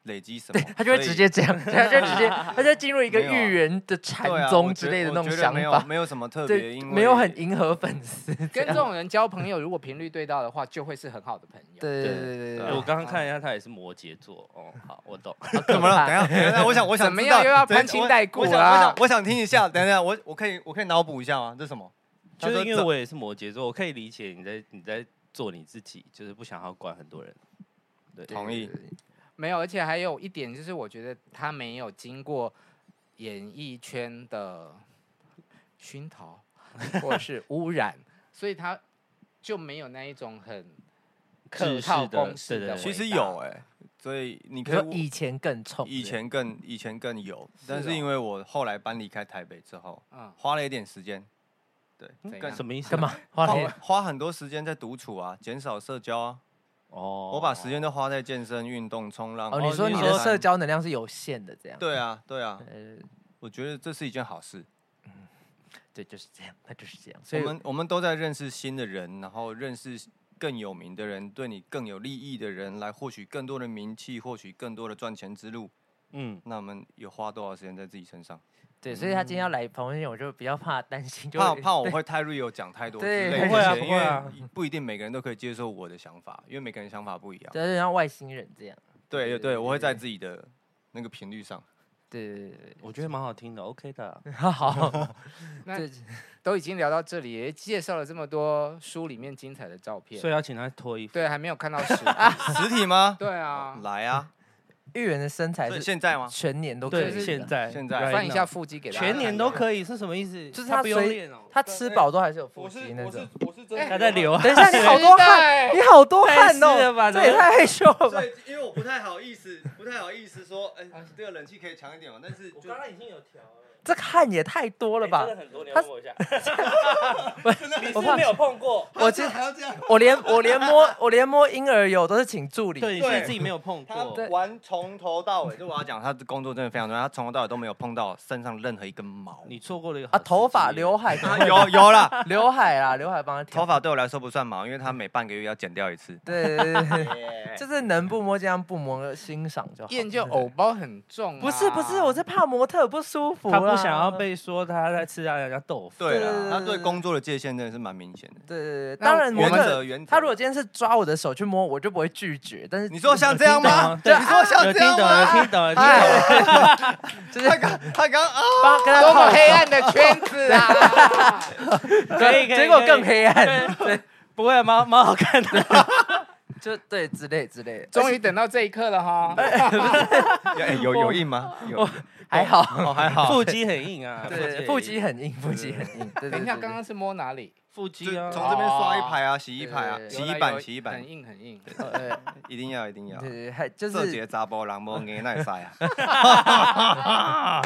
[SPEAKER 3] 累积什么，
[SPEAKER 6] 他就会
[SPEAKER 3] 所以
[SPEAKER 6] 直接这样，他就直 接，他就进入一个
[SPEAKER 3] 没有啊
[SPEAKER 6] 芋圆的
[SPEAKER 3] 对
[SPEAKER 6] 禅
[SPEAKER 3] 啊
[SPEAKER 6] 宗
[SPEAKER 3] 我
[SPEAKER 6] 之
[SPEAKER 3] 觉
[SPEAKER 6] 类的
[SPEAKER 3] 我
[SPEAKER 6] 那种
[SPEAKER 3] 觉得
[SPEAKER 6] 想
[SPEAKER 3] 没有
[SPEAKER 6] 法，
[SPEAKER 3] 没有什么特别，
[SPEAKER 6] 对，
[SPEAKER 3] 因为
[SPEAKER 6] 没有很 迎合粉丝。
[SPEAKER 2] 跟这种人交朋友，如果频率对到的话，就会是很好的朋友。
[SPEAKER 6] 对对
[SPEAKER 5] 对
[SPEAKER 6] 对对
[SPEAKER 3] 啊
[SPEAKER 5] 哎
[SPEAKER 6] 对
[SPEAKER 5] 我刚刚看一下，他也是摩羯座哦。好，我 懂。
[SPEAKER 3] 怎么了？等一下，等一下，我想，我想
[SPEAKER 2] 怎么
[SPEAKER 3] 知
[SPEAKER 2] 样
[SPEAKER 3] 道
[SPEAKER 2] 又要
[SPEAKER 3] 等一
[SPEAKER 2] 攀
[SPEAKER 3] 下
[SPEAKER 2] 亲
[SPEAKER 3] 我
[SPEAKER 2] 带故
[SPEAKER 3] 我想，我
[SPEAKER 2] 啦
[SPEAKER 3] 想，我想听一下。等一下，我我可以，我可以脑补一下吗？这是什么？他
[SPEAKER 5] 就
[SPEAKER 3] 说
[SPEAKER 5] 是因为
[SPEAKER 3] 怎
[SPEAKER 5] 我也是摩羯座，我可以理解你在你在做你自己，就是不想要管很多人。
[SPEAKER 3] 同意。
[SPEAKER 2] 没有，而且还有一点就是，我觉得他没有经过演艺圈的熏陶或者是污染，所以他就没有那一种很客
[SPEAKER 5] 制
[SPEAKER 2] 套
[SPEAKER 5] 式的
[SPEAKER 2] 公式
[SPEAKER 5] 对
[SPEAKER 2] 的
[SPEAKER 5] 对
[SPEAKER 3] 其
[SPEAKER 2] 味
[SPEAKER 3] 实
[SPEAKER 2] 道
[SPEAKER 3] 有哎、所以你
[SPEAKER 6] 你
[SPEAKER 3] 可
[SPEAKER 6] 说
[SPEAKER 3] 以
[SPEAKER 6] 以前更冲，
[SPEAKER 3] 以前更以前更有，但
[SPEAKER 2] 哦
[SPEAKER 3] 是因为我后来搬离开台北之后，
[SPEAKER 2] 嗯，
[SPEAKER 3] 花了一点时间，对，
[SPEAKER 2] 怎
[SPEAKER 5] 干
[SPEAKER 2] 样
[SPEAKER 5] 什么意思？啊
[SPEAKER 6] 干？ 嘛花
[SPEAKER 3] 花
[SPEAKER 6] 莲？
[SPEAKER 3] 花很多时间在独处啊，减少社交啊。
[SPEAKER 5] 哦，
[SPEAKER 3] 我把时间都花在健身、运动、冲浪。
[SPEAKER 6] 哦，你说你的社？交能量是有限的，这样。
[SPEAKER 3] 对啊，对啊，
[SPEAKER 6] 呃，
[SPEAKER 3] 我觉得这是一件好事。
[SPEAKER 6] 对，就是这样，那就是这样。所
[SPEAKER 3] 我
[SPEAKER 6] 以
[SPEAKER 3] 们我们都在认识新的人，然后认识更有名的人，对你更有利益的人，来获取更多的名气，获取更多的赚钱之路。
[SPEAKER 5] 嗯，
[SPEAKER 3] 那我们有花多少时间在自己身上？
[SPEAKER 6] 对，所以他今天要来旁边，我就比较怕担心，就
[SPEAKER 3] 怕
[SPEAKER 6] 会
[SPEAKER 3] 怕我会太 real 讲太多之
[SPEAKER 6] 对
[SPEAKER 3] 类的
[SPEAKER 5] 不会啊
[SPEAKER 3] 事情
[SPEAKER 5] 不会啊
[SPEAKER 3] 因为不一定每个人都可以接受我的想法，因为每个人想法不一样。
[SPEAKER 6] 对， 就像外星人这样。
[SPEAKER 3] 对
[SPEAKER 6] 对
[SPEAKER 3] 对
[SPEAKER 6] 对
[SPEAKER 3] 对，我会在自己的那个频率上。
[SPEAKER 6] 对对对
[SPEAKER 5] 我觉得蛮好听的，OK 的。
[SPEAKER 6] 对，好，
[SPEAKER 2] 那
[SPEAKER 6] 对
[SPEAKER 2] 都已经聊到这里，也介绍了这么多书里面精彩的照片
[SPEAKER 5] 所，以要请他脱衣服。
[SPEAKER 2] 对，还没有看到 实物
[SPEAKER 3] 实体吗？
[SPEAKER 2] 对啊，
[SPEAKER 3] 来啊！
[SPEAKER 6] 芋圆的身材
[SPEAKER 3] 所以
[SPEAKER 6] 是
[SPEAKER 3] 现在吗？
[SPEAKER 6] 全年都可以
[SPEAKER 5] 对，
[SPEAKER 2] 就
[SPEAKER 6] 的，
[SPEAKER 2] 是
[SPEAKER 5] 现在
[SPEAKER 3] 现在
[SPEAKER 5] right
[SPEAKER 2] 翻一下
[SPEAKER 5] now
[SPEAKER 2] 腹肌给大家看，
[SPEAKER 5] 全年都可以是什么意思？
[SPEAKER 6] 就是他
[SPEAKER 5] 他不用
[SPEAKER 6] 随
[SPEAKER 5] 练哦，
[SPEAKER 6] 他吃饱都还是有腹肌那种。
[SPEAKER 3] 我是真
[SPEAKER 2] 的
[SPEAKER 5] 他在啊流汗。
[SPEAKER 6] 等一下，你好多汗，
[SPEAKER 2] 对
[SPEAKER 6] 你好多
[SPEAKER 5] 太
[SPEAKER 6] 汗
[SPEAKER 5] 湿了吧
[SPEAKER 6] 哦，这也
[SPEAKER 5] 怎么
[SPEAKER 6] 太害羞了吧
[SPEAKER 3] 所。以，因为我不太好意思，不太好意思说，哎、这个冷气可以强一点嘛？但是就真
[SPEAKER 5] 刚已经有调了，哎
[SPEAKER 6] 这个汗也太多了
[SPEAKER 3] 哎
[SPEAKER 6] 吧？
[SPEAKER 5] 很多，你
[SPEAKER 6] 他
[SPEAKER 5] 摸一下。
[SPEAKER 3] 的很
[SPEAKER 6] 我怕
[SPEAKER 5] 有碰过，
[SPEAKER 6] 我其实
[SPEAKER 3] 还要这样，
[SPEAKER 6] 我连我连摸我连摸婴儿油都是请助理。
[SPEAKER 5] 对，你
[SPEAKER 3] 对
[SPEAKER 5] 是自己没有碰
[SPEAKER 3] 他
[SPEAKER 5] 过。
[SPEAKER 3] 玩从头到尾，就我要讲，他的工作真的非常重要，他从头到尾都没有碰到身上任何一根毛。
[SPEAKER 5] 你错过了一个
[SPEAKER 6] 啊，
[SPEAKER 5] 好
[SPEAKER 6] 头
[SPEAKER 5] 时
[SPEAKER 6] 发、
[SPEAKER 5] 机耶
[SPEAKER 6] 刘海、
[SPEAKER 3] 啊有 有啦，
[SPEAKER 6] 刘海啦，刘海帮他
[SPEAKER 3] 头
[SPEAKER 6] 调。
[SPEAKER 3] 发对我来说不算毛，因为他每半个月要剪掉一次。
[SPEAKER 6] 对对对对，就是能不摸尽量不摸，欣赏就好。
[SPEAKER 2] 厌就偶包很重啊，
[SPEAKER 6] 不是不是，我是怕模特不舒服
[SPEAKER 5] 他不不想要被说他在吃人家豆腐。
[SPEAKER 3] 对
[SPEAKER 6] 对
[SPEAKER 3] 啦，他
[SPEAKER 6] 对
[SPEAKER 3] 对
[SPEAKER 6] 对
[SPEAKER 3] 工作的界限真的是蛮明显的。
[SPEAKER 6] 对对对，
[SPEAKER 2] 那
[SPEAKER 6] 当然
[SPEAKER 3] 原
[SPEAKER 6] 我
[SPEAKER 3] 则
[SPEAKER 6] 可
[SPEAKER 3] 原则，
[SPEAKER 6] 他如果今天是抓我的手去摸，我就不会拒绝。但是
[SPEAKER 3] 你说像这样吗？
[SPEAKER 5] 对，
[SPEAKER 3] 你说像
[SPEAKER 5] 有
[SPEAKER 3] 这
[SPEAKER 5] 听
[SPEAKER 3] 样
[SPEAKER 5] 懂，有
[SPEAKER 3] 吗？
[SPEAKER 5] 听懂，有听懂。
[SPEAKER 6] 哎， 就是
[SPEAKER 3] 他刚他刚啊，
[SPEAKER 6] 帮跟他
[SPEAKER 2] 多么
[SPEAKER 6] 泡
[SPEAKER 2] 黑暗的圈 子啊！
[SPEAKER 5] 可以，可以
[SPEAKER 6] 结果
[SPEAKER 5] 可以
[SPEAKER 6] 更黑暗，
[SPEAKER 5] 对，不会，蛮蛮好看的。
[SPEAKER 6] 就对之类之类的，
[SPEAKER 2] 终于等到这一刻了哈。
[SPEAKER 3] 哎有有印吗？有，
[SPEAKER 6] 还好。
[SPEAKER 3] 哦还好，
[SPEAKER 5] 腹肌很硬啊，
[SPEAKER 6] 对，
[SPEAKER 5] 腹
[SPEAKER 6] 腹
[SPEAKER 5] 肌
[SPEAKER 6] 肌很硬，腹肌很硬。对对
[SPEAKER 2] 等一下，
[SPEAKER 6] 对
[SPEAKER 2] 刚刚是摸哪里？
[SPEAKER 5] 腹
[SPEAKER 3] 就
[SPEAKER 5] 肌啊，
[SPEAKER 3] 从这边刷一排啊，洗
[SPEAKER 6] 对
[SPEAKER 3] 一排啊
[SPEAKER 6] 对，
[SPEAKER 3] 洗
[SPEAKER 2] 有
[SPEAKER 3] 一
[SPEAKER 2] 啦有
[SPEAKER 3] 板洗一板
[SPEAKER 2] 很，硬很硬。
[SPEAKER 6] 对对对
[SPEAKER 3] 一定要一定要
[SPEAKER 6] 对。对，还就
[SPEAKER 3] 这节
[SPEAKER 6] 是
[SPEAKER 3] 查波人无硬那塞啊，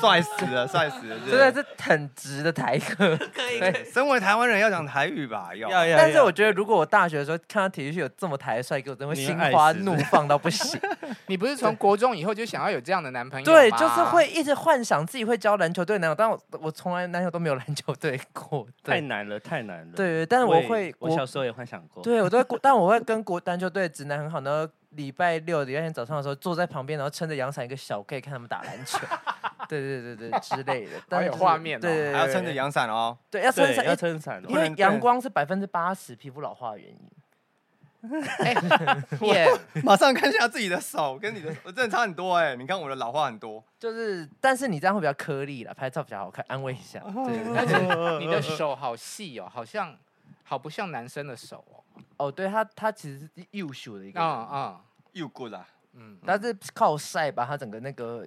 [SPEAKER 3] 帅死了，帅死了！
[SPEAKER 6] 真的是很直的台客。
[SPEAKER 5] 可以，
[SPEAKER 3] 对，身为台湾人要讲台语吧，要
[SPEAKER 5] 要要。
[SPEAKER 6] 但是我觉得，如果我大学的时候看到体育系有这么台的帅哥，我真的会
[SPEAKER 5] 你
[SPEAKER 6] 心
[SPEAKER 5] 爱
[SPEAKER 6] 花
[SPEAKER 5] 死
[SPEAKER 6] 怒
[SPEAKER 5] 是
[SPEAKER 6] 放到不行。
[SPEAKER 2] 你不是从国中以后就想要有这样的男朋友吗？
[SPEAKER 6] 对，就是会一直幻想自己会教篮球队男友，但我我从来篮球都没有篮球队过。
[SPEAKER 5] 太
[SPEAKER 6] 对
[SPEAKER 5] 难了，太难了。
[SPEAKER 6] 对，对，但是
[SPEAKER 5] 我
[SPEAKER 6] 我
[SPEAKER 5] 也
[SPEAKER 6] 会
[SPEAKER 5] 我
[SPEAKER 6] 国
[SPEAKER 5] 小时候也幻想过。
[SPEAKER 6] 对，我都会国，但我会跟国篮球队的直男很好，然后礼拜六、礼拜天早上的时候坐在旁边，然后撑着阳伞一个小 K 看他们打篮 球，对对对对对之类的，但
[SPEAKER 2] 有
[SPEAKER 6] 就是
[SPEAKER 2] 画面哦
[SPEAKER 6] 对对对
[SPEAKER 3] 还要撑着
[SPEAKER 6] 对
[SPEAKER 3] 阳伞哦。
[SPEAKER 6] 对要撑
[SPEAKER 5] 对，
[SPEAKER 6] 伞，
[SPEAKER 5] 要
[SPEAKER 6] 因
[SPEAKER 5] 撑伞哦。
[SPEAKER 6] 因
[SPEAKER 3] 不
[SPEAKER 6] 为
[SPEAKER 3] 能
[SPEAKER 6] 阳
[SPEAKER 3] 对
[SPEAKER 6] 光是百分之八十皮肤老化的原因。
[SPEAKER 2] 耶。
[SPEAKER 3] 马上看一下自己的手，跟你的我真的差很多哎。你看我的老化很多，
[SPEAKER 6] 就是，但是你这样会比较颗粒了，拍照比较好看，安慰一下。
[SPEAKER 2] 哦
[SPEAKER 6] 对 对对
[SPEAKER 2] 而且你的手好细哦，好像好不像男生的手哦。
[SPEAKER 6] 哦，对他，他其实是优秀的一个人，
[SPEAKER 2] 嗯嗯
[SPEAKER 3] 又 good 啊啦。
[SPEAKER 2] 嗯，
[SPEAKER 6] 他是靠晒把他整个那个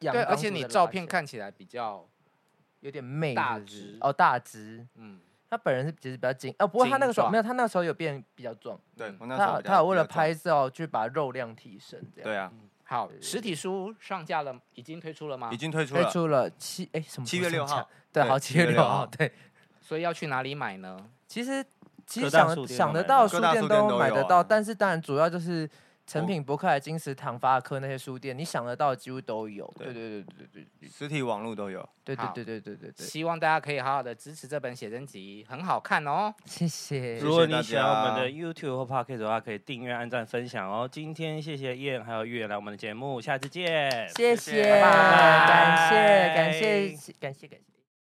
[SPEAKER 6] 阳
[SPEAKER 2] 对，
[SPEAKER 6] 光
[SPEAKER 2] 而
[SPEAKER 6] 素
[SPEAKER 2] 且
[SPEAKER 6] 质
[SPEAKER 2] 你
[SPEAKER 6] 拉
[SPEAKER 2] 照
[SPEAKER 6] 起
[SPEAKER 2] 片
[SPEAKER 6] 来
[SPEAKER 2] 看起来比较，
[SPEAKER 6] 有点媚，
[SPEAKER 2] 大
[SPEAKER 6] 是不是
[SPEAKER 2] 只
[SPEAKER 6] 哦，大只。
[SPEAKER 2] 嗯，
[SPEAKER 6] 他本人是其实比较精，哦，不过他那个时候
[SPEAKER 2] 精壮
[SPEAKER 6] 没有，他那个时候有变比较壮，
[SPEAKER 3] 对
[SPEAKER 2] 嗯
[SPEAKER 3] 我那时候
[SPEAKER 6] 他
[SPEAKER 3] 比较
[SPEAKER 6] 他有为了，拍嗯
[SPEAKER 3] 比
[SPEAKER 6] 照去把肉量提升，这
[SPEAKER 3] 较
[SPEAKER 6] 样
[SPEAKER 3] 对啊，
[SPEAKER 2] 好，实体书上架了，已经推出了吗
[SPEAKER 3] 已？经推出
[SPEAKER 6] 推
[SPEAKER 3] 了，
[SPEAKER 6] 出了七哎什么
[SPEAKER 3] 七
[SPEAKER 6] 时候
[SPEAKER 3] 月六
[SPEAKER 6] 上
[SPEAKER 3] 号
[SPEAKER 6] 架，对，
[SPEAKER 3] 对
[SPEAKER 6] 好
[SPEAKER 3] 7
[SPEAKER 6] 七月
[SPEAKER 3] 月
[SPEAKER 6] 六
[SPEAKER 3] 6
[SPEAKER 6] 号
[SPEAKER 3] 号
[SPEAKER 6] 对，
[SPEAKER 2] 所以要去哪里买呢？
[SPEAKER 6] 其实其实
[SPEAKER 5] 各大
[SPEAKER 6] 想
[SPEAKER 5] 书
[SPEAKER 6] 得
[SPEAKER 5] 店
[SPEAKER 6] 想
[SPEAKER 5] 都
[SPEAKER 6] 得到的
[SPEAKER 5] 买得
[SPEAKER 6] 书
[SPEAKER 3] 到
[SPEAKER 6] 店
[SPEAKER 3] 各大书
[SPEAKER 6] 都
[SPEAKER 3] 店
[SPEAKER 6] 买
[SPEAKER 3] 都
[SPEAKER 6] 得
[SPEAKER 3] 有
[SPEAKER 6] 到，
[SPEAKER 3] 啊
[SPEAKER 6] 但是当然主要就是
[SPEAKER 3] 我
[SPEAKER 6] 成品、博客来、金石堂、法尔科那些书店，你想得到的几乎都有，对对
[SPEAKER 3] 对
[SPEAKER 6] 对对对
[SPEAKER 3] 实体网络都有。
[SPEAKER 6] 对
[SPEAKER 2] 好
[SPEAKER 6] 对对对对对对，
[SPEAKER 2] 希望大家可以好好的支持这本写真集，很好看哦。
[SPEAKER 6] 谢谢
[SPEAKER 5] 如。果你
[SPEAKER 3] 大
[SPEAKER 5] 喜欢我们
[SPEAKER 3] 家
[SPEAKER 5] 的 YouTube 或 Podcast 的话，可以订阅、按赞、分享哦。今天谢谢燕还有月来我们的节目，下次见。
[SPEAKER 6] 谢
[SPEAKER 3] 谢
[SPEAKER 6] 谢，
[SPEAKER 3] 拜
[SPEAKER 5] 拜
[SPEAKER 6] 感谢，感谢，感谢，感谢。